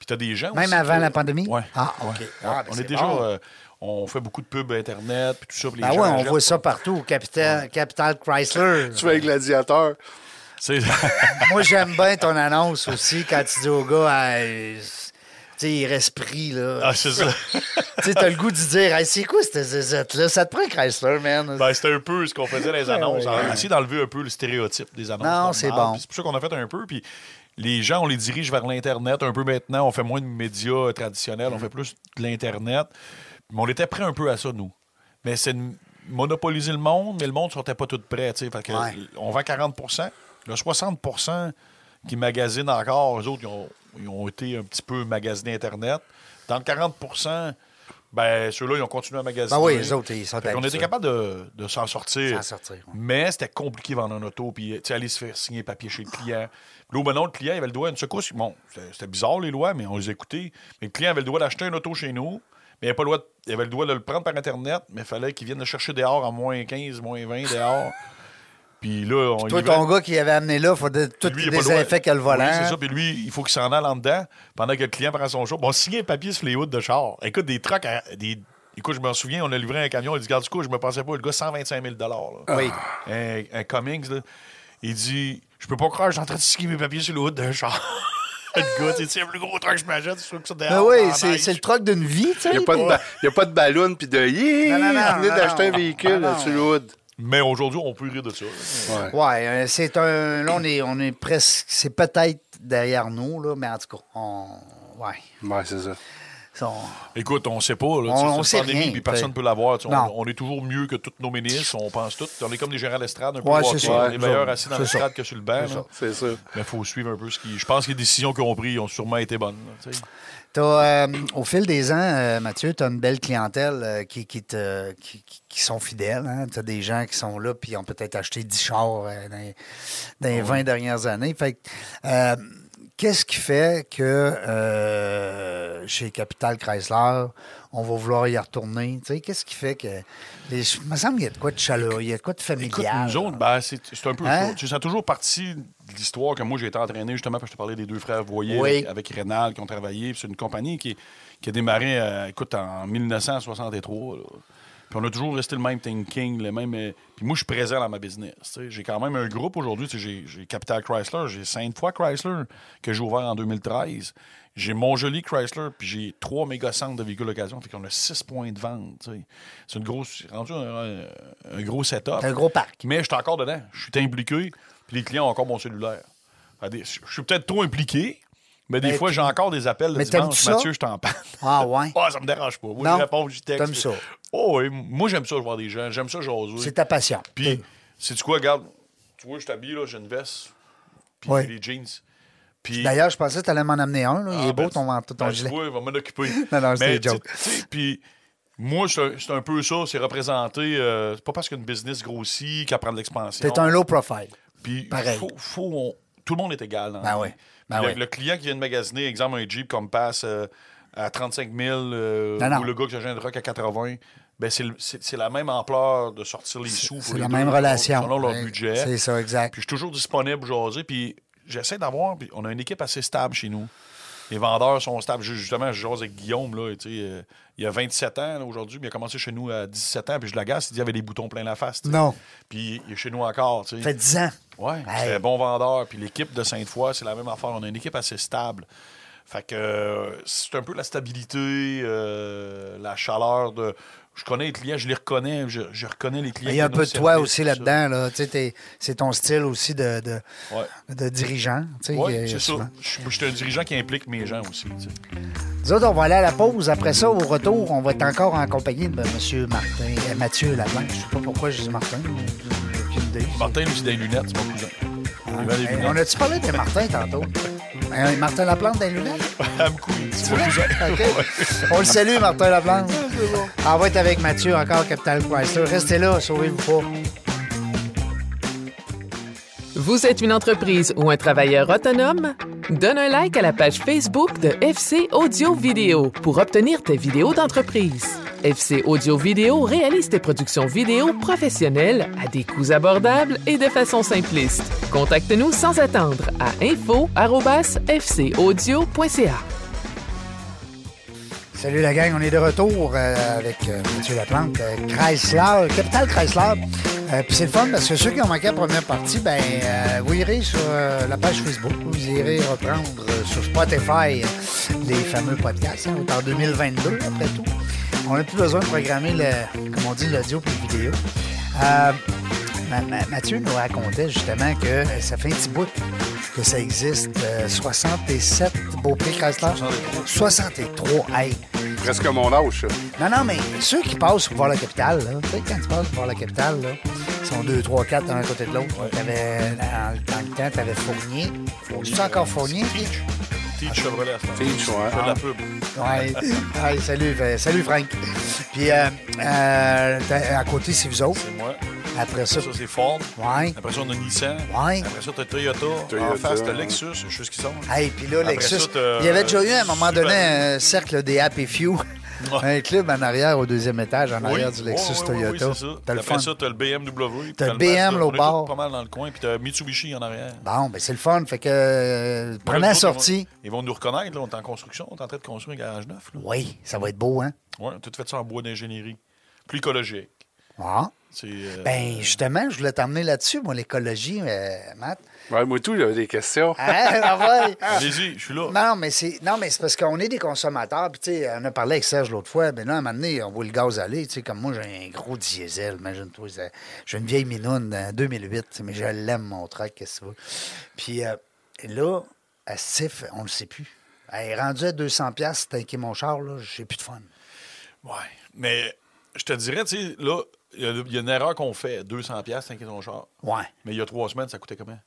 Puis t'as des gens
Même
aussi
avant
que-
la pandémie?
Ouais.
Ah, OK. Ah, ben,
on
c'est
est déjà.
bon.
euh, on fait beaucoup de pubs Internet, puis tout ça. puis les
Ben
gens
ouais, on
achètent.
voit ça partout au Capital, Capital Chrysler.
tu vas être gladiateur.
C'est-
Moi, j'aime bien ton annonce aussi quand tu dis au gars, Hey, c'est- tu sais, il reste pris, là.
ah, c'est ça.
tu sais, t'as le goût de dire, Hey, c'est quoi cette zézette-là? Ça te prend un Chrysler, man.
Ben, c'était un peu ce qu'on faisait les annonces.
ouais,
On a essayé d'enlever un peu le stéréotype des annonces.
Non,
normales.
c'est bon.
Puis C'est pour ça qu'on a fait un peu. Puis les gens, on les dirige vers l'Internet un peu maintenant. On fait moins de médias euh,
Mm.
traditionnels. On fait plus de l'Internet. Mais on était prêts un peu à ça, nous. Mais c'est une- monopoliser le monde, mais le monde ne sortait pas tout prêt. tu sais. Fait que,
Ouais.
On vend 40 Le 60 qui magasinent encore, eux autres, ils ont, ils ont été un petit peu magasinés Internet. Dans le 40 ben, ceux-là, ils ont continué à magasiner.
Ben oui, les autres, ils sont
On était
habitués.
capable de, de s'en sortir.
S'en sortir, ouais.
Mais c'était compliqué de vendre en auto, puis tu sais, aller se faire signer papier chez le client. Puis là, ben non, le client il avait le droit à une secousse. Bon, c'était c'était bizarre les lois, mais on les écoutait. Mais le client avait le droit d'acheter un auto chez nous, mais il avait, pas le droit de- il avait le droit de le prendre par Internet, mais il fallait qu'il vienne le chercher dehors à moins 15, moins 20 dehors. Puis là, on
Toi,
y va-
ton gars qui avait amené là, il faut de- tout
il a pas le droit.
désinfecter le volant.
Oui, c'est ça. Puis lui, il faut qu'il s'en aille en dedans pendant que le client prend son jour. Bon, signer un papier sur les routes de char. Écoute, des trucks. à- des... Écoute, je me souviens, on a livré un camion. Il dit Garde du coup, je me pensais pas. Le gars, 125 000 là.
Ah. Oui.
Un, un Cummings, là. Il dit Je peux pas croire, que j'ai en train de signer mes papiers sur les routes d'un char. le gars, tu sais, c'est le plus gros truck que je m'achète. C'est sûr que ça
Ben
dehors,
oui,
en
c'est
neige.
c'est le troc d'une vie, tu sais.
Il n'y a, pas de ba- y a pas de ballon puis de yeah,
Non, non, non,
venez
non,
d'acheter un
non.
véhicule
Non, non.
sur le hood.
Mais aujourd'hui, on peut rire de ça. là.
Ouais.
Ouais, euh, c'est un. Là, on est, on est presque. C'est peut-être derrière nous, là, mais en tout cas, on. Ouais.
Ouais, c'est ça.
On-
Écoute, on sait pas.
On-
Là,
on
on,
sait
c'est une pandémie,
rien,
puis personne
t'sais.
ne peut l'avoir. tu sais,
Non.
On, on est toujours mieux que tous nos ministres. On pense tout. On est comme des gérants d'estrade, un peu
Ouais,
au
c'est
hockey,
ça.
On est
Ouais,
meilleurs
ça.
assis dans
C'est
l'estrade que sur le banc. là.
C'est ça.
Mais il faut suivre un peu ce qui. Je pense que les décisions qu'ils ont prises ont sûrement été bonnes. là, tu sais.
T'as, euh, au fil des ans, euh, Mathieu, tu as une belle clientèle euh, qui, qui, te, qui, qui- qui sont fidèles. Tu as des gens qui sont là puis ont peut-être acheté 10 chars euh, dans les, dans
Ah
les 20 dernières années. Fait que, euh, qu'est-ce qui fait que euh, chez Capital Chrysler, on va vouloir y retourner? Tu sais, qu'est-ce qui fait que. Les, il me semble qu'il y a de quoi de chaleureux, il y a de quoi de
Écoute,
familial.
nous autres, ben, c'est c'est un peu.
Hein?
ça. Tu sens toujours partie de l'histoire que moi j'ai été entraîné justement parce que je te parlais des deux frères Voyer
Oui.
avec, avec Rénal qui ont travaillé. Puis C'est une compagnie qui, qui a démarré euh, écoute, en 1963. là. Puis on a toujours resté le même thinking, le même. euh, puis moi, je suis présent dans ma business. tu sais. J'ai quand même un groupe aujourd'hui. tu sais, J'ai j'ai Capital Chrysler, j'ai sainte fois Chrysler que j'ai ouvert en 2013. J'ai Montjoli Chrysler, puis j'ai trois méga centres de véhicules d'occasion. Fait qu'on a six points de vente. tu sais. C'est une grosse. c'est rendu un, un- un gros setup.
Un gros parc.
Mais je suis encore dedans. Je suis impliqué, puis les clients ont encore mon cellulaire. Fait des- Je suis peut-être trop impliqué, mais des
Mais
fois, j'ai encore des appels le
mais
dimanche.
t'aimes-tu ça?
Mathieu, je t'en parle.
Ah ouais?
Ah, ça me dérange pas. Moi,
Non.
je réponds, je texte.
T'aimes ça.
Oh, oui. Moi, j'aime ça, je vois des gens. J'aime ça, j'ose.
C'est ta passion.
Puis, sais-tu quoi, regarde, tu vois, je t'habille, là, j'ai une veste, puis
Ouais.
des jeans. Puis,
D'ailleurs, je pensais que tu allais m'en amener un. là. Il
ah,
est beau
ben,
ton, ton
ben,
gilet.
Tu vois, il va m'en occuper.
Non, non, c'est
Mais,
des jokes.
tu- tu sais, Puis moi, c'est un- c'est un peu ça, c'est représenté. euh, c'est pas parce qu'une business grossit qu'elle prend de l'expansion.
C'est un low profile.
Puis
pareil.
faut- faut- on- tout le monde est égal. dans la
Ben
vie.
oui, ben
Puis le,
oui.
le client qui vient de magasiner, exemple, un Jeep Compass euh, à 35 000 euh,
Non, non.
ou le gars qui achète un rock à 80 ben c'est le- c'est c'est la même ampleur de sortir les sous pour
C'est
les
la
deux,
même
selon-
relation.
Selon leur
Ouais,
budget.
C'est ça, exact.
Puis je suis toujours disponible, jaser. Puis j'essaie d'avoir. Puis on a une équipe assez stable chez nous. Les vendeurs sont stables. Ju- Justement, je jase avec Guillaume, là, tu sais, euh, il y a 27 ans là, aujourd'hui, mais il a commencé chez nous à 17 ans, puis je l'agace, il dit il y avait des boutons plein la face. tu sais.
Non.
Puis il est chez nous encore. tu sais.
Ça fait 10 ans.
Oui, c'est
Hey.
un bon vendeur. Puis l'équipe de Sainte-Foy, c'est la même affaire. On a une équipe assez stable. Fait que euh, c'est un peu la stabilité, euh, la chaleur de. Je connais les clients, je les reconnais, je, je reconnais les clients.
Il y a un
qui
peu
nous
de toi
servent,
aussi
tout
là-dedans. Là. Tu sais, t'es- C'est ton style aussi de, de,
ça. Ouais.
de dirigeant. tu sais,
Ouais,
euh,
c'est ça.
souvent.
Je suis- je suis un dirigeant qui implique mes gens aussi. tu sais.
Nous autres, on va aller à la pause. Après ça, au retour, on va être encore en compagnie de M. Martin, euh, Mathieu Laplanche. Je ne sais pas pourquoi je dis Martin. J'ai aucune idée.
Martin, lui, c'est des lunettes, c'est mon cousin.
Ah,
Il vend des
Hey,
lunettes.
on a-tu parlé de Martin tantôt? Hein, Martin Laplante des lunettes?
Ah, me couille, c'est mon cousin.
OK. On le salue, Martin Laplante. On va être avec Mathieu encore, Capital Chrysler. Restez là, sauvez-vous pas.
Vous êtes une entreprise ou un travailleur autonome? Donne un like à la page Facebook de FC Audio Vidéo pour obtenir tes vidéos d'entreprise. FC Audio Vidéo réalise tes productions vidéo professionnelles à des coûts abordables et de façon simpliste. Contacte-nous sans attendre à info@fcaudio.ca.
Salut la gang, on est de retour euh, avec euh, Mathieu Laplante, euh, Chrysler, Capital Chrysler. Euh, Puis c'est le fun parce que ceux qui ont manqué la première partie, ben euh, vous irez sur euh, la page Facebook, vous irez reprendre euh, sur Spotify euh, les fameux podcasts. hein. on est en 2022 après tout. On n'a plus besoin de programmer, le, comme on dit, l'audio puis la vidéo. Euh, Ma- Ma- Mathieu nous racontait justement que euh, ça fait un petit bout que ça existe. Euh, 67 Beaupré Chrysler. 63. Hey.
Presque mon âge, ça.
Non, non, mais ceux qui passent pour voir la capitale, là, tu sais, quand tu passes pour voir la capitale, là, ils sont deux, trois, quatre d'un côté de l'autre. T'avais, dans, dans le temps, t'avais Fournier. Tu encore Fournier?
Teach Chevrolet à ce moment-là.
Teach, ouais. Ah.
Je fais de la pub.
Ouais. Ouais, salut, euh, salut Frank. Puis euh, euh, t'as- à côté, c'est vous autres.
C'est moi.
Après ça,
Ça, c'est Ford.
ouais.
Après ça, on a Nissan.
Ouais.
Après ça, t'as Toyota.
Toyota,
En face, t'as
ouais.
Lexus. Je sais ce qu'ils sont.
Hey, puis là,
Après
Lexus,
ça, t'as-
il y avait déjà eu à un moment donné
Subaru.
un cercle des Happy Few. Un club en arrière au deuxième étage, en arrière du Lexus
ouais, ouais,
Toyota.
Oui, c'est ça.
T'as le
Après
fun.
ça, t'as le BMW.
T'as
puis
le
Mazda.
BM là, au
On est
bord.
tous pas mal dans le coin. Puis t'as Mitsubishi en arrière.
Bon, ben c'est le fun. Fait que euh,
Là,
prenez
nous
la
autres,
sortie.
on va- Ils vont nous reconnaître. Là, on est en construction. On est en train de construire un garage neuf. Là.
Oui, ça va être beau, hein?
Ouais, tout fait ça en bois d'ingénierie. Plus écologique.
Ah.
C'est, euh,
Ben justement, je voulais t'emmener là-dessus, moi, l'écologie, euh, Matt.
Ouais, moi, tout, il y avait des questions.
Hein, ah ouais.
Allez-y, je suis là.
Non, mais c'est non, mais c'est parce qu'on est des consommateurs. Puis, tu sais, on a parlé avec Serge l'autre fois. Mais là, à un moment donné, on voit le gaz aller. Tu sais, comme moi, j'ai un gros diesel. Imagine-toi. ça- J'ai une vieille minoune en 2008. Mais je l'aime, mon truck. Qu'est-ce que tu veux? Puis euh, là, à Stif, on le sait plus. Elle est rendue à 200$, piastres, tanker mon char, là, j'ai plus de fun.
Ouais. Mais je te dirais, tu sais, là, il y a- il y, a une erreur qu'on fait. 200$, piastres, t'inquiète ton char.
Ouais.
Mais il y a trois semaines, ça coûtait comment?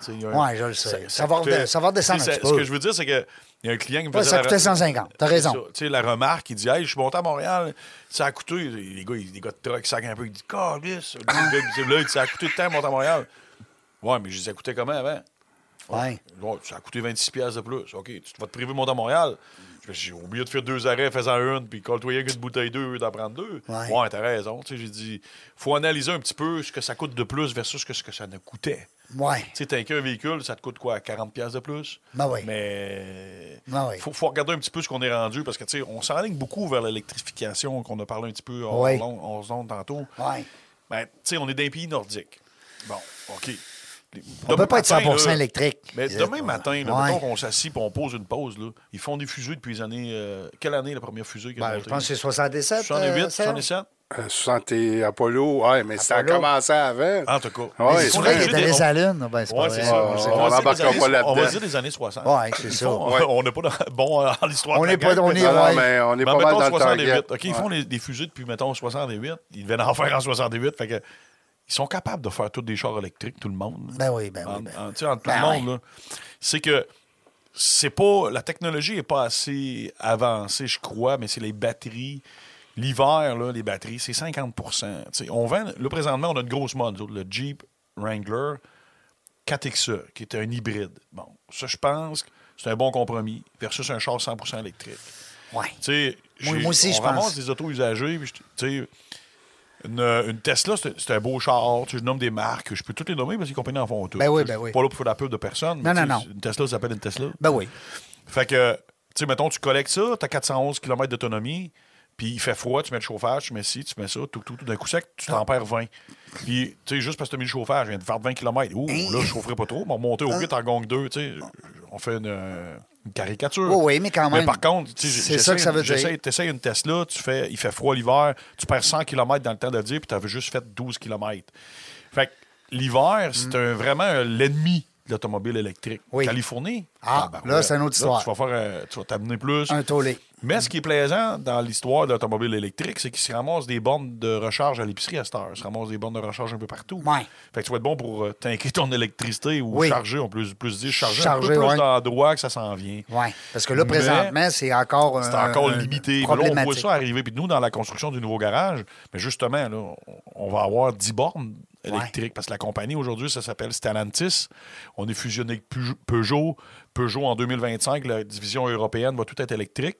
Tu sais, il y a
Ouais, je le sais. Ça va
coûtait-
rede- ça va redescendre
Tu sais,
un
ça-
petit
Ce
peu.
que je veux dire, c'est qu'il y a un client qui me
Ouais,
faisait
ça
la-
coûtait 150. T'as raison.
C'est ça. Tu sais, la remarque, il dit Hey, je suis monté à Montréal, ça a coûté. Les gars, ils- les gars de truck, ils sacent un peu. Ils disent Carlis. Le gars, il dit, Là, il dit, ça a coûté tant, monter à Montréal. Ouais, mais je dis, ça coûtait comment avant
Ouais.
Ouais, ça a coûté 26$ piastres de plus. OK, tu vas te priver de monter à Montréal. Je fais, J'ai oublié de faire deux arrêts, faisant une, puis colle-toi avec une bouteille d'eau, d'en prendre deux.
Ouais.
Ouais, t'as raison. Tu sais, j'ai dit, faut analyser un petit peu ce que ça coûte de plus versus ce que, ce que ça ne coûtait.
Ouais.
Tu sais, t'as qu'un véhicule, ça te coûte quoi, 40$ piastres de plus?
Ben oui.
Mais.
Ben oui.
Faut, faut regarder un petit peu ce qu'on est rendu parce que, tu sais, on s'enligne beaucoup vers l'électrification qu'on a parlé un petit peu en
Oui.
long, en zone tantôt.
Ouais.
Ben, tu sais, on est d'un pays nordique. Bon, OK.
On ne peut pas être 100
là,
électrique. Euh,
Mais demain matin, là,
Ouais.
mettons qu'on s'assit et on pose une pause, là, ils font des fusées depuis les années. euh, quelle année la première fusée qu'ils ont
Ben, je
montée?
pense que c'est 67.
68,
euh, Serge?
67?
Euh, 60 et Apollo, ouais, mais ça a
Apollo. Ah,
commencé avant.
En tout cas.
Ouais,
Mais
c'est
c'est
on
vrai
a
qu'il est
juste
allé
des-
sur la Lune. Ben, c'est
Ouais,
pas
c'est
vrai.
ça.
on
C'est-
va dire
embarquera
des années-
pas là-dedans.
On va dire des années 60.
Ouais, c'est ça.
Ouais.
On n'est pas dans- bon euh, en l'histoire.
On
de la
est pas-
guerre,
on
mais-
est-
Non, non,
ouais.
mais on est
Ben,
pas mal
mettons
dans le
68.
target.
OK, ils
Ouais.
font les- des fusées depuis, mettons, 68. Ils devaient en faire en 68. Fait que, ils sont capables de faire tous des chars électriques, tout le monde. là.
Ben oui, ben oui,
En-
ben-
en- tu sais, entre tout
ben
le monde, là. C'est que c'est pas. La technologie n'est pas assez avancée, je crois, mais c'est les batteries. L'hiver, là, les batteries, c'est 50 Tu sais, on vend, Là, présentement, on a une grosse mode, nous autres, le Jeep Wrangler 4XE, qui est un hybride. Bon, ça, je pense que c'est un bon compromis versus un char 100 électrique.
Ouais.
Tu sais,
Moi-
j'ai-
moi aussi,
on
je pense.
ramasse des autos usagées. puis je- tu sais, Une, une Tesla, c'est c'est un beau char. Tu sais, je nomme des marques. Je peux toutes les nommer parce que les compagnies en font toutes.
Ben oui,
Tu
ben
sais, je
oui.
suis Pas là pour faire la pub de personne.
Non,
mais
non,
tu sais, Une Tesla, ça s'appelle une Tesla.
Ben oui.
Fait que, tu sais, mettons, tu collectes ça, tu as 411 km d'autonomie, puis il fait froid, tu mets le chauffage, tu mets ci, tu mets ça, tout, tout, tout. D'un coup sec, tu
Ah.
t'en perds 20. Puis, tu sais, juste parce que tu as mis le chauffage, je viens de faire 20 km. Ouh, là, je chaufferai pas trop, mais monter
Ah.
au 8, en gong 2, tu sais, on fait une, euh, une caricature.
Oui, oui, mais quand même.
Mais par contre, tu sais,
C'est ça que ça veut dire.
Tu essaies une Tesla, tu fais, il fait froid l'hiver, tu perds 100 km dans le temps de le dire, puis tu avais juste fait 12 km. Fait que l'hiver, c'est un- vraiment euh, l'ennemi de l'automobile électrique.
Mm. Oui.
Californie,
Ah,
ben
là,
ouais.
c'est une autre
Là,
histoire.
tu vas faire, euh, tu vas t'amener plus.
Un tollé.
Mais ce qui est plaisant dans l'histoire de l'automobile électrique, c'est qu'ils se ramassent des bornes de recharge à l'épicerie à cette heure. Ils se ramassent des bornes de recharge un peu partout.
Ouais.
Fait que tu vas être bon pour euh, t'inquiéter ton électricité ou
Oui.
charger, on peut plus dire charger,
Charger,
un peu plus
ouais.
d'endroits que ça s'en vient.
Ouais. Parce que là,
Mais-
présentement, c'est encore.
C'est
un-
encore
un-
limité. Mais Là, on voit
Problématique.
ça arriver. Puis nous, dans la construction du nouveau garage, mais justement, là, on- on va avoir 10 bornes électriques. Parce que la compagnie, aujourd'hui, ça s'appelle Stellantis. On est fusionné avec Peugeot- Peugeot. Peugeot, en 2025, la division européenne va tout être électrique.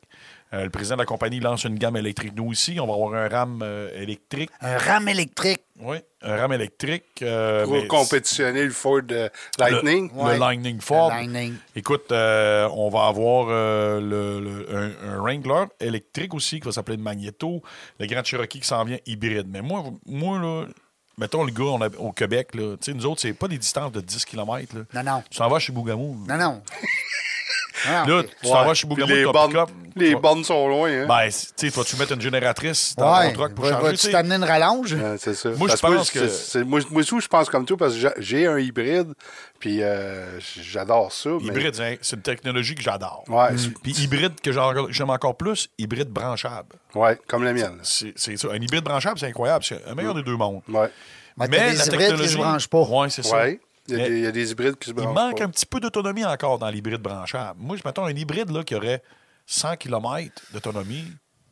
Euh, le président de la compagnie lance une gamme électrique. Nous aussi, on va avoir un RAM euh, électrique.
Un rame électrique.
Oui, un RAM électrique. euh,
Pour
mais-
compétitionner le Ford euh, Lightning.
le
Ouais.
Lightning Ford.
Le Lightning.
Écoute, euh, on va avoir euh, le, le- un, un Wrangler électrique aussi qui va s'appeler le Magneto, le Grand Cherokee qui s'en vient hybride. Mais moi, moi là, mettons le gars on a- au Québec, là, tu sais, nous autres, c'est pas des distances de 10 km.
Non, non.
Tu t'en vas chez Bougamou.
Non, non. Ah,
là,
ok.
tu t'en
Ouais.
vas chez Bougamou,
Puis les
ton
bornes-
pick-up.
Les
tu vas-
bornes sont loin, hein?
Ben, c'est- tu sais, toi, tu mettre une génératrice dans
Ouais.
ton truck pour
Va-
changer.
Vas-tu
tu sais. Euh,
t'amener une rallonge?
Ouais, c'est ça.
Ben, Moi,
Parce
je pense
c'est-
que-
c'est- moi, moi aussi, je pense comme toi parce que j'a- j'ai un hybride, puis euh, j'adore ça. mais-
Hybride, Mm. c'est- c'est une technologie que j'adore.
Ouais, c'est-
Puis hybride que j'en- j'aime encore plus, hybride branchable.
ouais, comme la mienne.
C'est c'est ça. Un hybride branchable, c'est incroyable. C'est un meilleur des deux mondes.
Ouais.
Mais t'as des hybrides qui se branchent pas.
Oui, c'est ça.
Ouais. Il y, a
Mais
des, il y a des hybrides qui se
il
branchent
manque
pas.
un petit peu d'autonomie encore dans l'hybride branchable. Moi, je m'attends à un hybride là, qui aurait 100 km d'autonomie.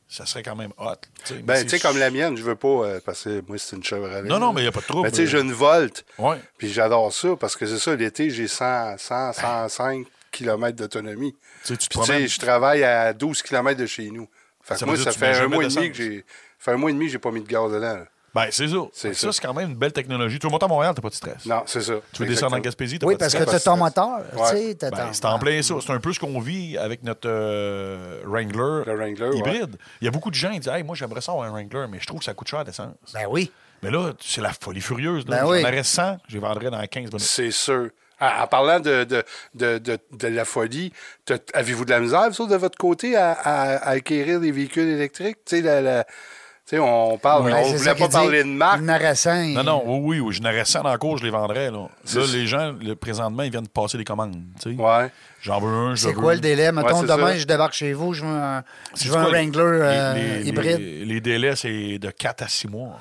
Ça serait quand même hot. tu sais. Mais
Ben,
c'est-
tu sais, comme la mienne, je veux pas, euh, parce que moi, c'est une Chevrolet.
Non, non, mais il n'y a pas de trouble.
Mais tu sais, j'ai une Volt,
Ouais.
puis j'adore ça, parce que c'est ça, l'été, j'ai 100, 100, 105 km d'autonomie.
Tu sais, tu te
Puis, tu sais,
promènes.
je travaille à 12 km de chez nous. Fait que
Ça veut
moi,
dire que
ça
tu mets
fait un
jamais
mois et demi
d'essence.
que j'ai... fait un mois et demi que j'ai pas mis de gaz dedans. là.
Ben, c'est ça.
C'est
ça,
ça.
c'est quand même une belle technologie. Tu veux monter à Montréal, t'as pas de stress.
Non, c'est ça.
Tu veux descendre en
Exactement.
Gaspésie, t'as
Oui,
pas de
parce que
stress.
t'as ton moteur.
Ouais.
tu sais, t'as
Ben,
ton-
c'est en plein ça. C'est un peu ce qu'on vit avec notre euh, Wrangler,
Le Wrangler,
hybride. Il y a beaucoup de gens qui disent Hey, Moi, j'aimerais ça avoir un Wrangler, mais je trouve que ça coûte cher d'essence.
Ben oui.
Mais là, c'est la folie furieuse.
Ben
Là. J'en
oui.
aurais 100, je les vendrais dans 15 minutes.
C'est sûr. Ah, En, en parlant de, de, de, de, de la folie, t'as- avez-vous de la misère, vous autres, de votre côté, à, à- à acquérir des véhicules électriques? Tu sais, la- la- tu sais, on parle,
Ouais,
on
Ben, c'est ça
voulait pas
qu'il dit.
parler de marque.
Une Narassin.
Non, non, oui, oui, oui, je n'aurais 100 dans la cour, je les vendrais. Là,
C'est
là
ça.
les gens, le, présentement, ils viennent de passer des commandes. tu sais.
Ouais.
J'en veux un, je
C'est
veux.
quoi le délai? Mettons,
c'est
demain,
ça.
je débarque chez vous, je veux un, je
C'est
veux un
quoi,
Wrangler euh, hybride.
Les, les délais, c'est de 4 à 6 mois.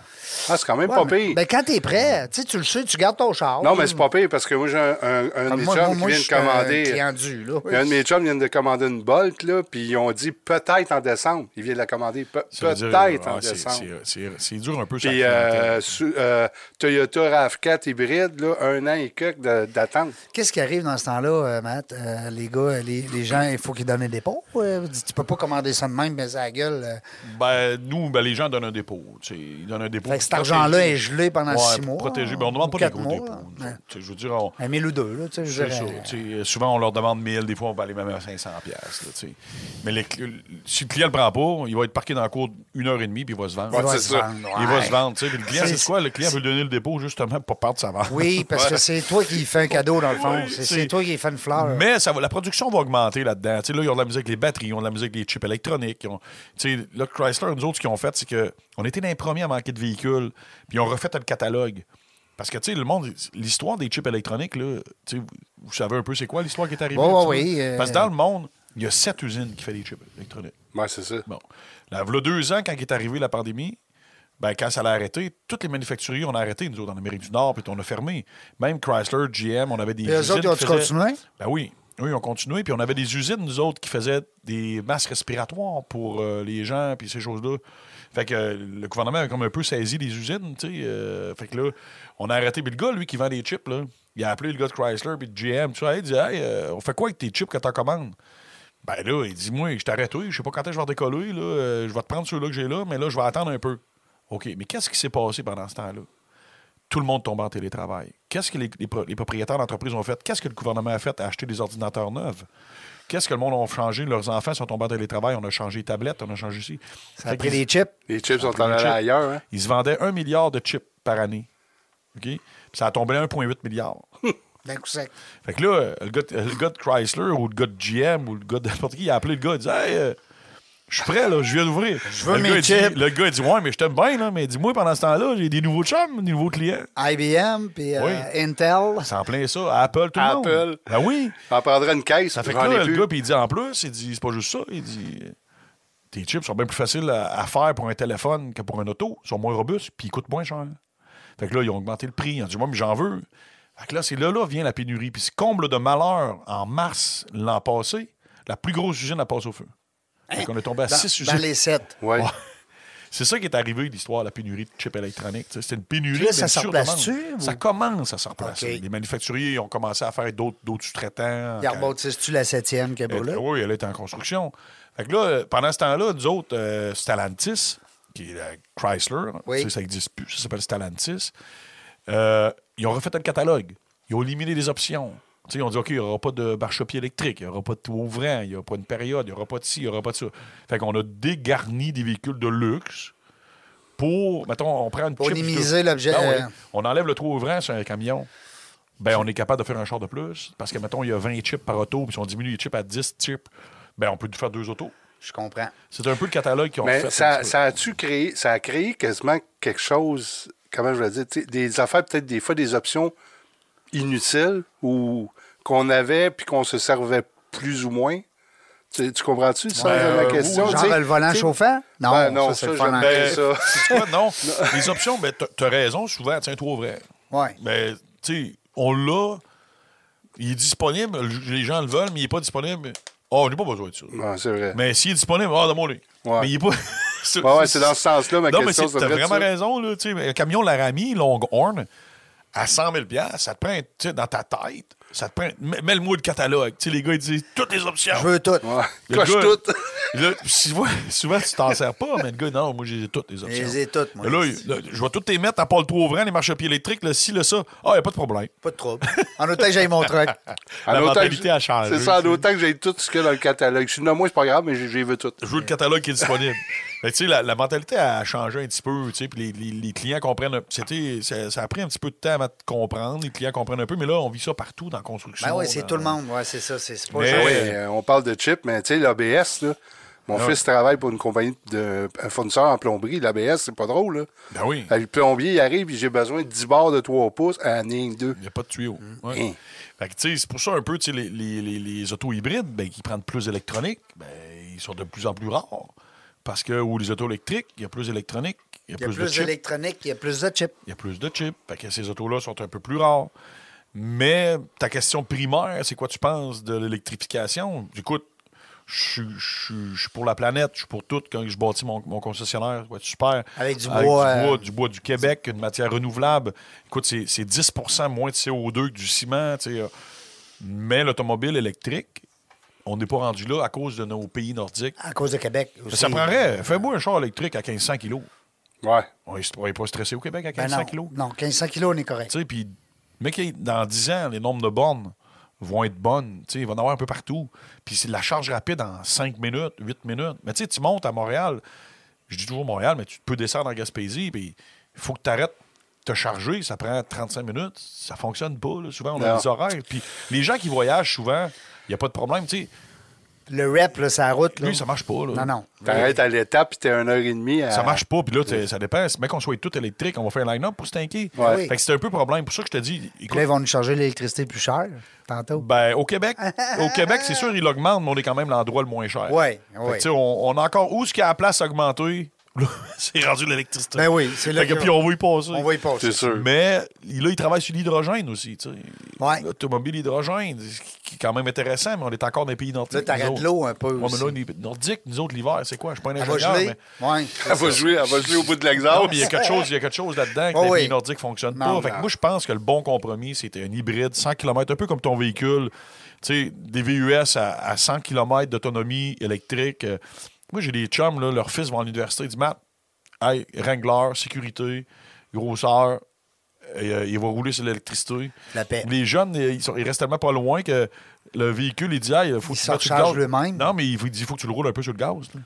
Ah, c'est quand même
Ouais,
pas
mais-
pire.
ben, quand t'es prêt, tu sais, tu le sais, tu gardes ton char.
non, mais c'est pas pire parce que moi, j'ai un, un, un
Moi,
des
Ah, moi, moi,
chums qui
je
vient de
suis un
commander.
client dû, là.
il y a un de mes chums qui vient de commander une Bolt, là, puis ils ont dit peut-être en décembre. Il vient de la commander pe-
Ça veut dire,
peut-être en
ah, c'est-
décembre.
c'est- C'est c'est dur un peu. sur
Puis
la clientèle.
euh, sous- euh, Toyota RAV4 hybride, là, un an et quelques de- d'attente.
Qu'est-ce qui arrive dans ce temps-là, euh, Matt? Euh, les gars, les, les gens, il faut qu'ils donnent des dépôts. euh, tu peux pas commander ça de même, mais ça gueule. euh.
Ben, nous, ben, les gens donnent un dépôt. tu sais. Ils donnent un dépôt.
Fait que
pour
cet argent-là
protéger.
est gelé pendant
Ouais,
six
pour
mois.
protéger. Ben, on ne demande
ou
pas des
quatre
gros
mois, hein.
dépôts.
là.
nous
Ouais.
autres. Tu sais, Je veux dire, on-
Un mille ou deux, là, tu sais, je
c'est
dirais.
ça, tu sais, souvent, on leur demande 1000, des fois, on va aller même à 500 pièces. Mais les cl- si le client ne le prend pas, il va être parqué dans la cour une heure et demie, puis il va se vendre.
Il va
c'est
se
ça.
vendre,
Il va
ouais.
se vendre. tu sais. Puis le client,
C'est-
c'est quoi? Le client veut lui donner le dépôt justement pour perdre sa vente.
Oui, parce que c'est toi qui fais un cadeau, dans le fond.
Oui,
C'est-
c'est-
C'est toi qui fais une fleur.
Mais ça va- la production va augmenter là-dedans. Tu sais, là, ils ont de la musique avec les batteries, ils ont de la musique avec les chips électroniques. ils ont- tu sais, là, Chrysler, nous autres, ce qu'ils ont fait, c'est qu'on était dans les premiers à manquer de véhicules, puis ils ont refait le catalogue. Parce que, tu sais, le monde, l'histoire des chips électroniques, là, tu sais, vous, vous savez un peu c'est quoi l'histoire qui est arrivée?
Ouais,
là-dessus,
ouais,
là?
oui, euh,
Parce que dans le monde, il y a sept usines qui font des chips électroniques.
Ouais, c'est ça.
Bon. Là, voilà deux ans, quand est arrivée la pandémie, ben, quand ça l'a arrêté, toutes les manufacturiers ont arrêté, nous autres, en Amérique du Nord, puis on a fermé. Même Chrysler, GM, on avait des
Et eux
usines
autres, ils ont
qui
continué?
Ben oui. Oui, ils ont continué. Puis on avait des usines, nous autres, qui faisaient des masques respiratoires pour euh, les gens, puis ces choses-là. Fait que euh, le gouvernement a comme un peu saisi les usines, tu sais. euh, fait que là, on a arrêté. Puis le gars, lui, qui vend des chips, là, il a appelé le gars de Chrysler, puis de GM, tu vois, il dit Hey, euh, on fait quoi avec tes chips que t'en commandes ben là, il dit, moi, je t'arrête, oui, je sais pas quand est-ce que je vais redécoller, là, euh, je vais te prendre ceux-là que j'ai là, mais là, je vais attendre un peu. OK, mais qu'est-ce qui s'est passé pendant ce temps-là? Tout le monde tombe en télétravail. Qu'est-ce que les, les pro- les propriétaires d'entreprises ont fait? Qu'est-ce que le gouvernement a fait à acheter des ordinateurs neufs? Qu'est-ce que le monde a changé? Leurs enfants sont tombés en télétravail, on a changé les tablettes, on a changé ici.
Ça a pris des chips.
Les chips sont
pris
en
des
allés
chips.
ailleurs. Hein?
Ils se vendaient un milliard de chips par année. OK? Puis ça a tombé à 1,8 milliard.
D'un coup sec.
Fait que là, euh, le gars, de- le gars de Chrysler ou le gars de GM ou le gars de n'importe qui, il a appelé le gars, il dit Hey, euh, je suis prêt, là, je viens d'ouvrir. Je
veux
le
mes
gars, il dit-
chips.
Le gars, il dit Ouais, mais je t'aime bien, là, mais dis-moi, pendant ce temps-là, j'ai des nouveaux chums, des nouveaux clients.
IBM, puis euh,
Oui.
Intel.
C'est en plein ça. Apple, tout le monde.
Apple.
Ben oui.
J'en prendrais une caisse.
Ça fait que
j'en ai
là, le
plus.
gars, puis il dit en plus, il dit C'est pas juste ça. Il dit Tes chips sont bien plus faciles à, à faire pour un téléphone que pour un auto. Ils sont moins robustes, puis ils coûtent moins cher. Fait que là, ils ont augmenté le prix. Ils ont dit Moi, mais j'en veux. Fait que là, c'est là, là vient la pénurie. Puis, c'est comble de malheur, en mars l'an passé, la plus grosse usine a passé au feu. Fait qu'on est tombé à
Hein? Dans,
6
dans
usines.
les sept.
Ouais.
Ouais. C'est ça qui est arrivé, l'histoire, la pénurie de chips électroniques. tu sais. C'était une pénurie
Puis là, ça
mais
se
sur
replace-tu,
demande.
ou-
Ça commence à se replacer.
Ok.
Les manufacturiers ils ont commencé à faire d'autres d'autres sous-traitants.
Ils rebâtissent-tu la septième qui est beau,
Elle-
là?
oui, elle était en construction. Fait que là, euh, pendant ce temps-là, nous autres, euh, Stellantis, qui est la Chrysler,
Oui.
tu sais, ça n'existe plus, ça s'appelle Stellantis, euh, ils ont refait le catalogue. Ils ont éliminé les options. Tu sais, ils ont dit, OK, il n'y aura pas de marchepied électrique, il n'y aura pas de tout ouvrant, il n'y aura pas une période, il n'y aura pas de ci, il n'y aura pas de ça. Fait qu'on a dégarni des véhicules de luxe pour, mettons, on prend une
Pour
chip Ben du-
minimiser l'objet,
Non,
euh,
oui. On enlève le trou ouvrant sur un camion. ben, on est capable de faire un char de plus. Parce que, mettons, il y a 20 chips par auto, puis si on diminue les chips à 10 chips, ben, on peut faire deux autos.
Je comprends.
C'est un peu le catalogue qu'ils ont
Mais
fait. un
Ben, ça,
petit peu.
ça a-tu créé, ça a créé quasiment quelque chose, comment je vais dire, tu sais, des affaires, peut-être des fois des options inutiles ou qu'on avait puis qu'on se servait plus ou moins. Tu, tu comprends-tu ça,
Ouais,
ma
euh,
question?
oui,
Tu sais,
Genre le volant
tu sais,
chauffant? Non,
ben non,
ça, c'est
ça,
le fun
j'aime
en
bien
crise.
Ben,
ça.
c'est quoi? Non. les options, ben, t'as- t'as raison, souvent, tiens, trop vrai.
Ouais.
Mais, tu sais, on l'a. Il est disponible, le- les gens le veulent, mais il n'est pas disponible. Oh, on n'a pas besoin de ça.
Non, c'est vrai.
Mais s'il est disponible, ah, dans mon lit.
Ouais.
Mais il n'est pas.
Ouais, ouais, c'est dans ce sens-là, ma
non,
question.
mais c'est-
ça
t'as
devrait être
vraiment
ça.
raison. Là, tu sais, mais un camion Laramie, Longhorn, à 100 000 ça te prend, tu sais, dans ta tête, ça te prend. mets- Mets le mot de catalogue. Tu sais, les gars, ils disent toutes les options.
Je veux tout.
Ouais.
Le
Coche
gars,
tout.
là, souvent, souvent, tu t'en sers pas, mais le gars, non, moi, j'ai toutes les options.
Je les ai toutes, moi.
Là, il- là, je vais toutes les mettre à part le trou ouvrant, les marchepieds électriques, le ci, le ça. Ah, il n'y a pas de problème.
Pas de trouble. En autant que j'aille mon truck.
En
La
autant que
mentalité
j'ai-
a changé.
C'est ça, en autant que j'ai tout ce qu'il y a dans le catalogue. Je suis non, moi, c'est pas grave, mais j'ai- j'ai vu tout.
Je veux le catalogue qui est disponible. Fait que, tu sais, la, la mentalité a changé un petit peu, tu sais, puis les, les- les clients comprennent. un- C'était, ça, ça a pris un petit peu de temps à comprendre, les clients comprennent un peu, mais là, on vit ça partout dans la construction.
Ben oui, c'est
dans-
tout le monde. Ouais, c'est ça. C'est c'est pas
Mais-
genre-
Oui,
Ouais.
euh, on parle de chip, mais tu sais, l'ABS, là, mon
Ah.
fils travaille pour une compagnie de un fournisseur en plomberie. L'ABS, c'est pas drôle. Là.
Ben oui.
Fait que Le plombier, il arrive et j'ai besoin de 10 barres de 3 pouces à la ligne 2.
Il n'y a pas de tuyau. Ouais.
Hein.
Fait que, tu sais, c'est pour ça un peu, tu sais, les, les- les- les autos hybrides, ben, qui prennent plus d'électronique, ben, ils sont de plus en plus rares. Parce que, ou les autos électriques, il y a plus d'électronique, il y a
Il y a
plus de
plus
chips,
d'électronique, il y a plus de chips.
il y a plus de chips. Fait que ces autos-là sont un peu plus rares. Mais ta question primaire, c'est quoi tu penses de l'électrification? Écoute, je suis- je suis je suis pour la planète, je suis pour tout. Quand je bâtis mon, mon concessionnaire, ça va être super.
Avec du bois,
Du
euh,
bois, du bois du Québec, une matière renouvelable. Écoute, c'est c'est 10 moins de CO2 que du ciment. tu sais, euh. Mais l'automobile électrique, on n'est pas rendu là à cause de nos pays nordiques.
À cause de Québec. aussi.
Ça prendrait, fais-moi un char électrique à 1500 kilos.
Ouais.
On est- on n'est pas stressé au Québec à
Ben
1500
non.
kilos.
Non, 1500 kilos, on est correct.
Tu sais, puis, mais qu'il y ait- dans 10 ans, les nombres de bornes vont être bonnes. Tu sais, il va y en avoir un peu partout. Puis c'est de la charge rapide en 5 minutes, 8 minutes. Mais tu sais, tu montes à Montréal. Je dis toujours Montréal, mais tu peux descendre en Gaspésie. Puis il faut que tu arrêtes de te charger. Ça prend 35 minutes. Ça fonctionne pas. là. Souvent, on a
Non.
des horaires. Puis les gens qui voyagent souvent, il n'y a pas de problème. Tu sais,
Le rep, là, c'est la route. Là.
lui, ça marche pas. là.
Non, Euh, non.
T'arrêtes à l'étape et t'es à 1h30 à.
Ça marche pas, puis là, t'es- ça dépend. Mais qu'on soit tout électrique, on va faire un line-up pour se tanker.
Ouais.
Oui.
Fait que c'est un peu problème. Pour ça que je te dis,
Puis
écoute,
là, ils vont nous charger l'électricité plus cher, tantôt.
Ben, au Québec, au Québec, c'est sûr, il augmente, mais on est quand même l'endroit le moins cher.
Ouais,
Fait que,
ouais.
tu sais, On, on a encore où ce qui a la place augmentée, là, c'est rendu l'électricité.
Ben oui, c'est là
Fait que
que-
puis on va y passer.
On va y passer.
C'est sûr.
Mais là, il travaille sur l'hydrogène aussi. tu sais.
Ouais.
L'automobile hydrogène, ce qui est quand même intéressant, mais on est encore dans les pays nordiques.
Là, t'arrêtes
nous autres.
l'eau un peu
Ouais, mais
aussi.
là, les nordiques, nous autres, l'hiver, c'est quoi? Je suis pas un
Elle va
ingénieur,
geler.
mais...
Ouais.
Elle va jouer, elle va jouer au bout de
Non,
l'exemple.
Oh, mais il y a quelque chose, il y a quelque chose là-dedans que
Oh
les
oui.
pays nordiques fonctionnent
Non,
pas. Fait que
non.
moi, je pense que le bon compromis, c'était un hybride, 100 km, un peu comme ton véhicule. Tu sais, des VUS à, à 100 km d'autonomie électrique. Euh, Moi, j'ai des chums, là, leur fils va à l'université, ils disent Matt, hey, Wrangler, sécurité, grosseur, euh, il va rouler sur l'électricité.
La paix.
Les jeunes, euh, ils, sont- ils restent tellement pas loin que le véhicule, il dit Ah, il faut
Ils
que tu
se
mettes sur le
rechargent
gaz.
lui-même.
Non, mais il faut- il dit faut que tu le roules un peu sur le gaz. là.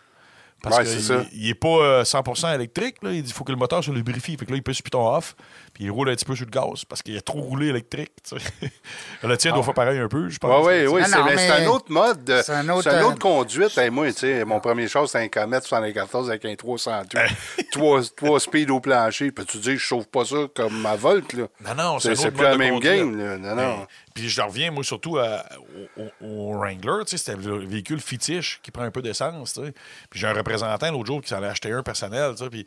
Parce
Ouais,
que
c'est
il-
ça.
il n'est pas euh, 100% électrique. Là. Il dit faut que le moteur soit lubrifié. Fait que là, il peut sur le piton off, puis il roule un petit peu sur le gaz parce qu'il a trop roulé électrique. tu sais. le tien doit
Ah.
faire pareil un peu, je pense.
Oui, oui, oui.
Ah
C'est
non,
mais c'est
mais-
un autre mode. de- C'est
c'est un
une
autre,
autre,
euh,
conduite. Hey, moi, tu sais,
Ah.
mon premier char, c'est un Comet 74 avec un 308. trois, trois speed au plancher. Puis tu dis, je chauffe pas ça comme ma Volt. Là.
Non, non, c'est un
C'est
autre
plus
mode
la
de
même
conduite.
game. Là. Non, non.
Mais- Puis je reviens, moi, surtout à- au, au- au Wrangler. tu sais, C'était le véhicule fétiche qui prend un peu d'essence. tu sais. Puis j'ai un représentant l'autre jour qui s'en a acheté un personnel. tu sais, Puis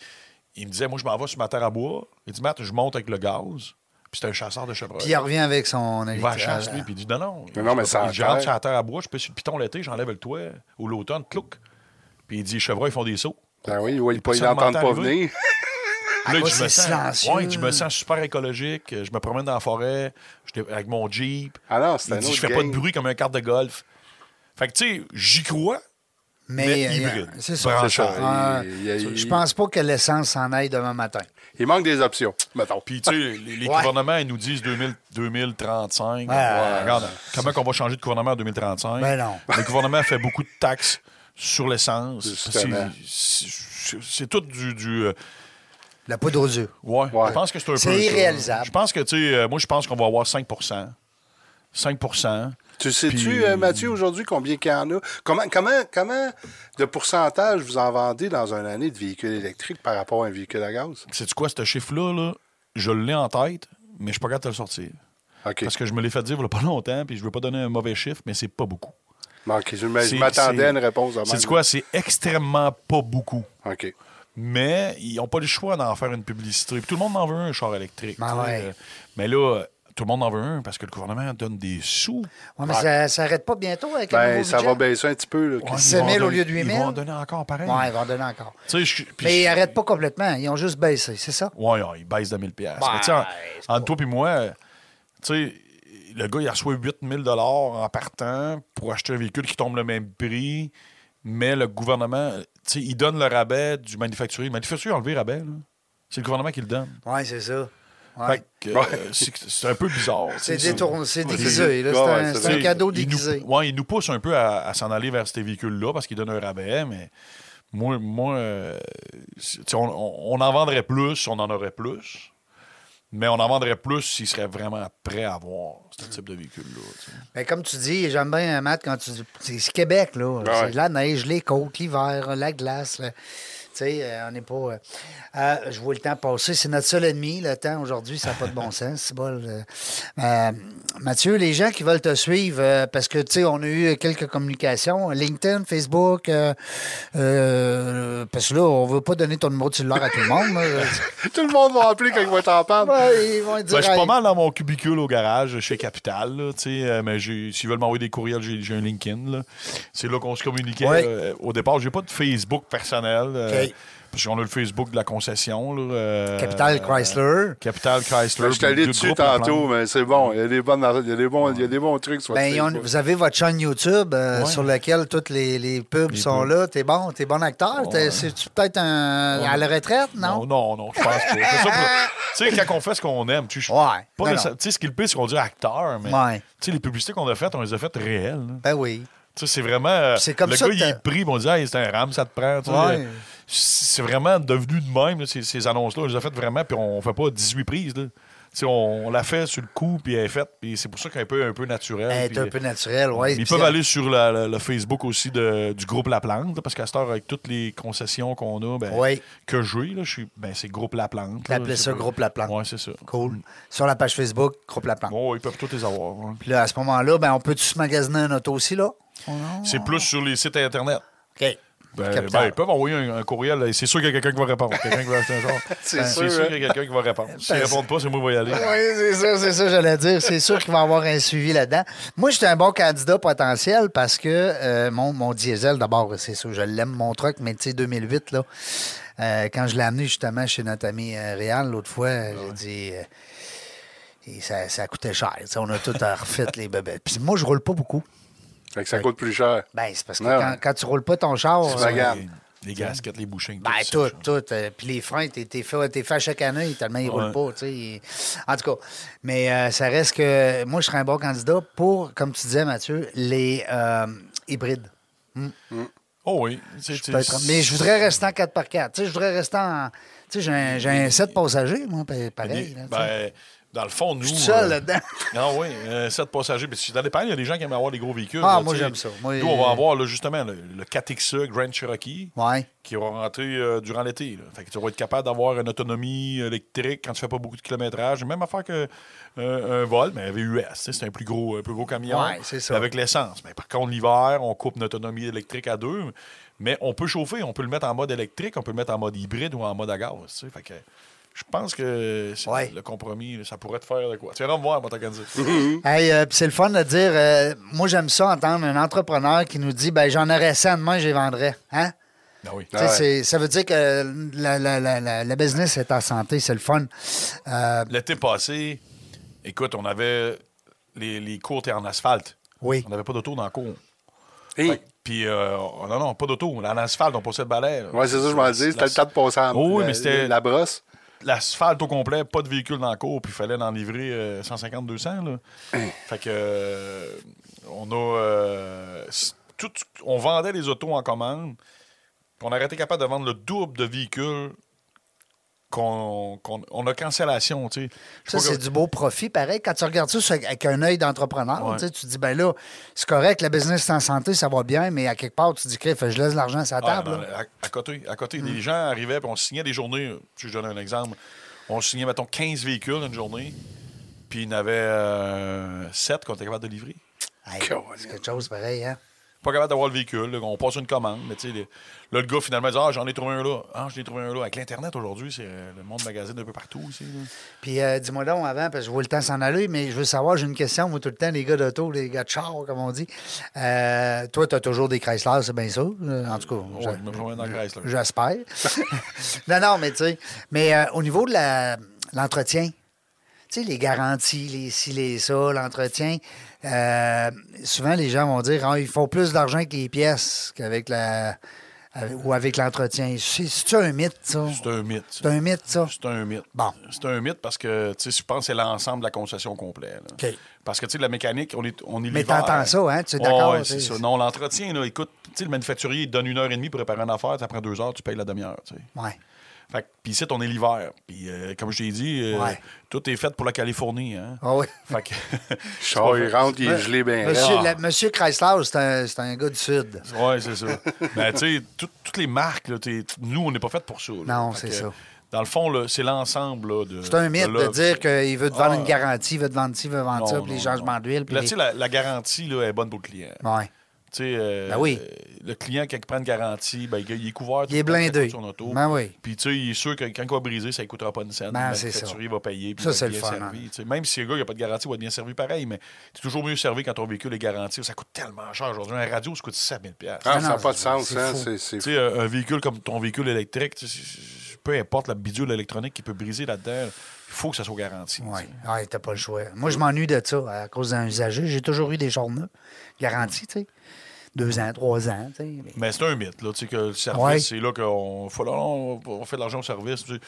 il me disait Moi, je m'en vais sur ma terre à bois. Il dit Matt, je monte avec le gaz. Puis c'est un chasseur de chevreuil.
Puis il revient avec son
Il va à la
électricité.
chasse, lui, puis il dit non, non.
Mais non, mais ça a
Il dit, rentre
terre.
sur la terre à bois, je peux sur le piton l'été, j'enlève le toit, ou l'automne, clouc. Puis il dit, les chevreuils font des sauts.
Ben oui, ouais,
Il
il
peut
peut- ils
seulement
n'entendent pas
t'arriver.
venir.
Puis là,
Ah,
il dit, je me
c'est
sens,
silencieux.
ouais, il dit, je me sens super écologique, je me promène dans la forêt, j'étais avec mon Jeep.
Ah non, c'est
Il
un
dit,
autre
je fais pas de
game.
bruit comme un carte de golf. Fait que, tu sais, j'y crois,
Mais,
mais
euh,
hybride.
c'est ça.
Brancheur.
C'est ça.
Ah,
Il- il-
Je pense pas que l'essence s'en aille demain matin.
Il manque des options, mettons.
Puis, tu sais, les, les
Ouais.
gouvernements, ils nous disent 2000 2035.
Ouais.
Ouais, Regarde, comment qu'on va changer de gouvernement en 2035?
Ben non.
Le gouvernement fait beaucoup de taxes sur l'essence.
Justement.
C'est- C'est c'est tout du... du, euh,
La poudre aux yeux.
Ouais,
Ouais.
je pense que c'est un peu.
C'est
ça.
irréalisable.
Je pense que, tu sais, euh, moi, je pense qu'on va avoir 5 5
Tu sais-tu,
Puis-
euh, Mathieu, aujourd'hui, combien qu'il y en a? Comment, comment, comment de pourcentage vous en vendez dans une année de véhicules électriques par rapport à un véhicule à gaz?
C'est-tu quoi, ce chiffre-là? là? Je l'ai en tête, mais je suis pas capable de le sortir.
OK.
Parce que je me l'ai fait dire il y a pas longtemps, puis je veux pas donner un mauvais chiffre, mais c'est pas beaucoup.
OK, je m'a- je
C'est-
m'attendais à
c'est-
une réponse avant.
C'est-tu quoi? C'est extrêmement pas beaucoup.
OK.
Mais ils n'ont pas le choix d'en faire une publicité. Puis tout le monde en veut un, un char électrique.
Ben
tu sais.
ouais.
Euh, Mais là, tout le monde en veut un parce que le gouvernement donne des sous.
Ouais, mais ça s'arrête pas bientôt avec le
Ben,
nouveau
ça
budget.
va baisser un petit peu. là.
Ouais, ils
7 000
vont en
au lieu de 8
donner- Ils
000.
vont en donner encore pareil.
Ouais, ils vont en donner encore.
Tu sais, je- puis
Mais ils
je-
n'arrêtent pas complètement. Ils ont juste baissé, c'est ça?
Ouais, ouais, il baisse de 1000 pièces.
Ben,
Mais tu sais, en-
c'est
entre toi et moi, euh, tu sais, le gars, il reçoit 8000 dollars en partant pour acheter un véhicule qui tombe le même prix, mais le gouvernement, euh, tu sais, il donne le rabais du manufacturier. Le manufacturier a enlevé le rabais, là. C'est le gouvernement qui le donne.
Oui, c'est ça. Ouais.
Fait que, euh, c'est c'est un peu bizarre.
C'est
tu sais.
détourné, c'est
Ouais,
déguisé. là.
ouais,
C'est un-
ouais,
c'est
c'est
un,
vrai.
cadeau
Il
déguisé.
Nous, ouais, il nous pousse un peu à, à s'en aller vers ces véhicules-là parce qu'il donne un rabais, mais moi, moi euh, c'est- tu sais, on, on- on en vendrait plus, on en aurait plus. Mais on en vendrait plus s'ils seraient vraiment prêts à avoir ce
Mm.
type de véhicule-là. tu sais.
Mais Ben, comme tu dis, j'aime bien, hein, Matt, quand tu dis. C'est c'est Québec, là. C'est la neige, les côtes, l'hiver, la glace. là. Tu sais, euh, on n'est pas. euh, ah, je vois le temps passer. C'est notre seul ennemi, le temps, aujourd'hui. Ça n'a pas de bon sens. C'est bol. euh. Euh, Mathieu, les gens qui veulent te suivre, euh, parce que, tu sais, on a eu quelques communications. LinkedIn, Facebook. euh, euh, parce que là, on ne veut pas donner ton numéro de cellulaire à tout le monde. là.
Tout le monde va appeler quand il va t'en parler.
Ouais, ils vont dire.
Ben, je suis
hey,
pas mal dans mon cubicule au garage chez Capital. là, tu sais, euh, mais j'ai- s'ils veulent m'envoyer des courriels, j'ai j'ai un LinkedIn. là. C'est là qu'on se communiquait.
Ouais.
là. au départ, j'ai pas de Facebook personnel. euh,
Ok.
Parce qu'on a le Facebook de la concession. là, euh,
Capital Chrysler.
Capital Chrysler.
Ben, je suis allé
du
dessus
groupe La
tantôt,
Plante.
mais c'est bon. Il y a des, bonnes- il y a des bons, il y a des bons trucs sur
Ben,
le
ils ont-
Facebook.
vous avez votre chaîne YouTube euh,
Ouais.
sur laquelle toutes les, les pubs sont là. T'es bon, t'es bon acteur. T'es- C'est-tu peut-être un- à la retraite, non?
Non, non, non, je pense pas. C'est ça pour- Tu sais, quand on fait ce qu'on aime, tu sais, je-
Ouais.
pas
Non,
nécessaire-
non.
Tu sais, ce qui est le pire, c'est qu'on dit acteur, mais
Ouais.
tu sais, les publicités qu'on a faites, on les a faites réelles. là.
Ben oui.
Tu sais, c'est vraiment. euh,
C'est comme
le
ça
gars,
que
il
t'as-
est pris, puis on dit, Hey, c'est un RAM, ça te prend. tu sais.
Ouais.
C'est vraiment devenu de même, là, ces, ces annonces-là. On les a faites vraiment, puis on fait pas 18 prises. là. Tu sais, on, on l'a fait sur le coup, puis elle est faite, puis c'est pour ça qu'elle est un peu, un peu naturelle.
Elle est
puis-
Eh, un peu naturelle, oui.
ils peuvent aller sur la- la- le Facebook aussi de- du groupe La Plante, là, parce qu'à cette heure, avec toutes les concessions qu'on a, ben,
Oui.
que j'ai, là, je suis, ben, c'est groupe La Plante. là,
T'appelais
c'est
ça
pas-
Groupe La Plante.
Ouais, c'est ça.
Cool. Sur la page Facebook, groupe La Plante.
Bon, ils peuvent tous les avoir. hein. ouais.
Puis là, à ce moment-là, ben, on peut-tu se magasiner un auto aussi, là?
C'est plus sur les sites Internet.
OK.
Ben,
Capital.
ben, ils peuvent envoyer un, un courriel. là, et C'est sûr qu'il y a quelqu'un qui va répondre. Quelqu'un qui va acheter un genre.
C'est
Ben,
sûr,
C'est
hein.
sûr qu'il y a quelqu'un qui va répondre. S'ils
Ben,
ne répondent pas, c'est moi qui vais y aller.
Oui, c'est ça, c'est ça, j'allais dire. C'est sûr qu'il va y avoir un suivi là-dedans. Moi, j'étais un bon candidat potentiel parce que euh, mon, mon diesel, d'abord, c'est sûr, je l'aime, mon truck, mais tu sais, 2008, là, euh, quand je l'ai amené justement chez notre ami euh, Réal l'autre fois, j'ai dit. euh, et ça, ça coûtait cher. tu sais, On a tout refait les bébés. Puis moi, je roule pas beaucoup.
Fait que ça coûte plus cher.
Ben, c'est parce que
Ouais,
quand,
ouais.
quand tu roules pas ton char.
C'est pas
euh,
grave.
Les, les gasquettes, les bouchons.
Ben,
ça,
tout,
ça.
tout. euh, Puis les freins, t'es t'es fait, t'es fait à chaque année, tellement ils roulent
Ouais.
pas, tu sais. ils- En tout cas, mais euh, ça reste que moi, je serais un bon candidat pour, comme tu disais, Mathieu, les euh, hybrides.
Oh oui. c'est-
Je peux être- Mais je voudrais rester en 4x4. Tu sais, je voudrais rester en... Tu sais, j'ai un- j'ai un 7 passagers, moi, pa- pareil. là, tu sais.
Ben, dans le fond, nous.
je suis seul
euh,
là-dedans.
Non, oui, 7 passagers. Mais si t'en dépend, il y a des gens qui aiment avoir des gros véhicules.
Ah,
là,
moi,
tu sais.
j'aime ça. Moi,
Nous, on
euh,
va avoir là, justement le, le 4XE Grand Cherokee
Ouais.
qui va rentrer euh, durant l'été. là. Fait que tu vas être capable d'avoir une autonomie électrique quand tu fais pas beaucoup de kilométrage. Même affaire que euh, un vol, mais VUS, tu sais, c'est un plus gros, un plus gros camion.
Ouais, c'est ça.
Mais Avec l'essence. Mais par contre, l'hiver, on coupe notre autonomie électrique à deux, mais on peut chauffer, on peut le mettre en mode électrique, on peut le mettre en mode hybride ou en mode à gaz. tu sais. Fait que je pense que c'est
Ouais.
le compromis, ça pourrait te faire de quoi. Tu vas me voir, moi, t'organiser.
Mm-hmm.
Hey, euh, puis c'est le fun de dire, euh, moi, j'aime ça entendre un entrepreneur qui nous dit, ben j'en aurais 100 demain, je les vendrais. Hein?
Ben oui.
Tu sais,
ouais.
c'est- Ça veut dire que la, la- la- la- la business est en santé, c'est le fun. Euh,
L'été passé, écoute, on avait les, les cours étaient en asphalte.
oui.
On n'avait pas d'auto dans la cour.
Ben,
Hey.
Fait que- Puis, euh, on- non, non, pas d'auto. En asphalte, on passait de balai. là.
Ouais, c'est ça, je m'en dis. C'était le temps de passer à
Oh oui,
la-
mais c'était-
la brosse.
L'asphalte au complet, pas de véhicule dans la cour, puis il fallait en livrer euh, 150-200. là.
Hein.
fait que, euh, on a. euh, s- tout, on vendait les autos en commande. puis On aurait été capable de vendre le double de véhicules qu'on qu'on- on a cancellation. tu sais. Je
Ça,
crois que-
c'est du beau profit, pareil. Quand tu regardes ça sur- avec un œil d'entrepreneur,
Ouais.
tu sais, tu te dis, ben là, c'est correct, la business est en santé, ça va bien, mais à quelque part, tu te dis, Crif, je laisse l'argent sur la
Ah,
table.
non,
là.
à, à côté, à
Mmh.
côté les gens arrivaient, puis on signait des journées. Je donne un exemple. On signait, mettons, 15 véhicules une journée, puis il y en avait 7 qu'on était capable de livrer.
Hey,
Colin.
c'est quelque chose pareil, hein?
Pas capable d'avoir le véhicule. là, on passe une commande, mais tu sais, les- là, le gars, finalement, dit Ah, j'en ai trouvé un là. Ah, j'en ai trouvé un là. Avec l'Internet aujourd'hui, c'est euh, le monde magazine un peu partout aussi. là.
Puis euh, dis-moi donc avant, parce que je vois le temps s'en aller, mais je veux savoir, j'ai une question, vous tout le temps, les gars d'auto, les gars de char, comme on dit. Euh, toi, tu as toujours des Chrysler, c'est bien ça. euh, En tout cas,
Oh,
j'a-
je me promène dans la Grèce, là.
j'espère. non, non, mais tu sais, mais euh, au niveau de la- l'entretien, tu sais, les garanties, les ci, les ça, l'entretien, euh, souvent les gens vont dire, Ah, ils font plus d'argent avec les pièces qu'avec la... avec- ou avec l'entretien. C'est- C'est-tu un mythe, ça?
C'est un mythe.
C'est
ça.
un mythe, ça?
C'est un mythe.
Bon.
C'est un mythe parce que, tu sais, je pense que c'est l'ensemble de la concession complète. là.
OK.
Parce que, tu sais, la mécanique, on est, on est
Mais
l'hiver.
t'entends ça, hein? Tu es
Ouais,
d'accord,
ouais,
tu sais.
c'est ça. Non, l'entretien, là, écoute, tu sais, le manufacturier, il te donne une heure et demie pour préparer une affaire, ça prend deux heures, tu payes la demi-heure, tu sais.
Ouais.
Fait que- puis ici, on est l'hiver. Puis, euh, comme je t'ai dit, euh,
Ouais.
tout est fait pour la Californie, hein.
Ah oui.
Fait que...
Char, il rentre, il est
Ben,
gelé bien. raide.
Monsieur,
Ah.
la- Monsieur Chrysler, c'est un, c'est un gars du Sud.
Oui, c'est ça. Mais tu sais, tout- toutes les marques, là, t'es- nous, on n'est pas fait pour ça. là.
Non,
Fait
c'est
que,
ça.
Dans le fond, là, c'est l'ensemble là, de.
C'est un mythe de
l'offre.
dire qu'il veut te vendre
Ah.
une garantie, il veut te vendre ci, il veut vendre
Non,
ça,
non,
puis les
non.
changements d'huile. puis
Là,
les-
tu sais, la, la garantie là, est bonne pour le client.
Ouais.
Tu sais, euh,
Ben oui.
euh, le client, quand il prend une garantie, ben, il il est couvert. tout
Il est
le temps, quand
blindé.
coûte Son auto.
Ben oui.
Puis, tu sais, il est sûr que quand il va briser, ça ne coûtera pas une scène.
Ben,
Le
c'est ça.
manufacturier va payer. puis
Ça,
il va être
c'est le
bien
fun,
servi,
hein.
tu sais. Même si le gars, il n'a pas de garantie, il va être bien servi pareil. Mais c'est toujours mieux servi quand ton véhicule est garanti. Ça coûte tellement cher aujourd'hui. Un radio, ça coûte 600 000
Ah,
Ah,
ça
non,
n'a pas de sens.
c'est
hein,
fou.
c'est- c'est-
Tu sais, un un véhicule comme ton véhicule électrique, tu sais, c'est- c'est- peu importe la bidule électronique qui peut briser là-dedans, il faut que ça soit garanti.
Ouais.
tu sais.
Ah, t'as pas le choix. Moi, je m'ennuie de ça à cause d'un usager. J'ai toujours eu des journées garanties, tu sais. Deux ans, trois ans, tu sais. Mais-
Mais c'est un mythe, là, tu sais, que le service,
Ouais.
c'est là qu'on faut, là, on, on fait de l'argent au service. tu sais.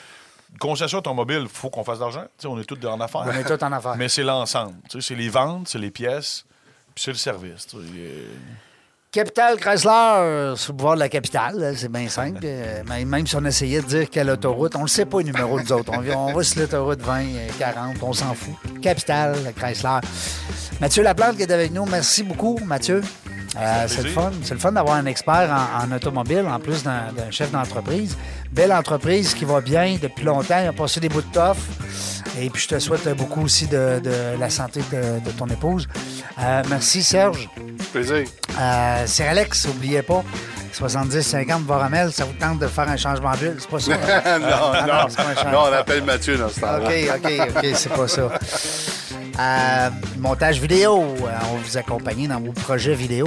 Une concession automobile, il faut qu'on fasse de l'argent. tu sais, On est tous en affaires.
On est tous en affaires.
Mais c'est l'ensemble. tu sais, C'est les ventes, c'est les pièces, puis c'est le service. tu sais. Euh,
Capital Chrysler, sous le pouvoir de la capitale, là, c'est bien simple. Euh, mais même si on essayait de dire quelle autoroute, on ne le sait pas, le numéro des autres. On, vient- on va sur l'autoroute 20, euh, 40, on s'en fout. Capital Chrysler. Mathieu Laplante qui est avec nous, merci beaucoup, Mathieu. Euh, c'est le
plaisir.
fun. C'est le fun d'avoir un expert en, en automobile, en plus d'un d'un chef d'entreprise. Belle entreprise qui va bien depuis longtemps. Il a passé des bouts de toffe. Et puis, je te souhaite beaucoup aussi de, de la santé de, de ton épouse. Euh, merci, Serge.
plaisir.
Euh, c'est Alex, n'oubliez pas. 70-50 Varamel, ça vous tente de faire un changement d'huile, c'est pas ça. hein?
Ah, non, non,
non, c'est pas un changement.
non, on appelle Mathieu dans ce temps-là.
OK, OK, OK, c'est pas ça. Euh, montage vidéo, euh, on va vous accompagner dans vos projets vidéo.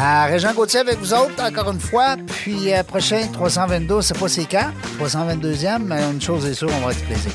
Euh, Régent Gauthier avec vous autres, encore une fois. Puis euh, prochain, 322, c'est pas c'est quand, 322e, mais une chose est sûre, on va être plaisir.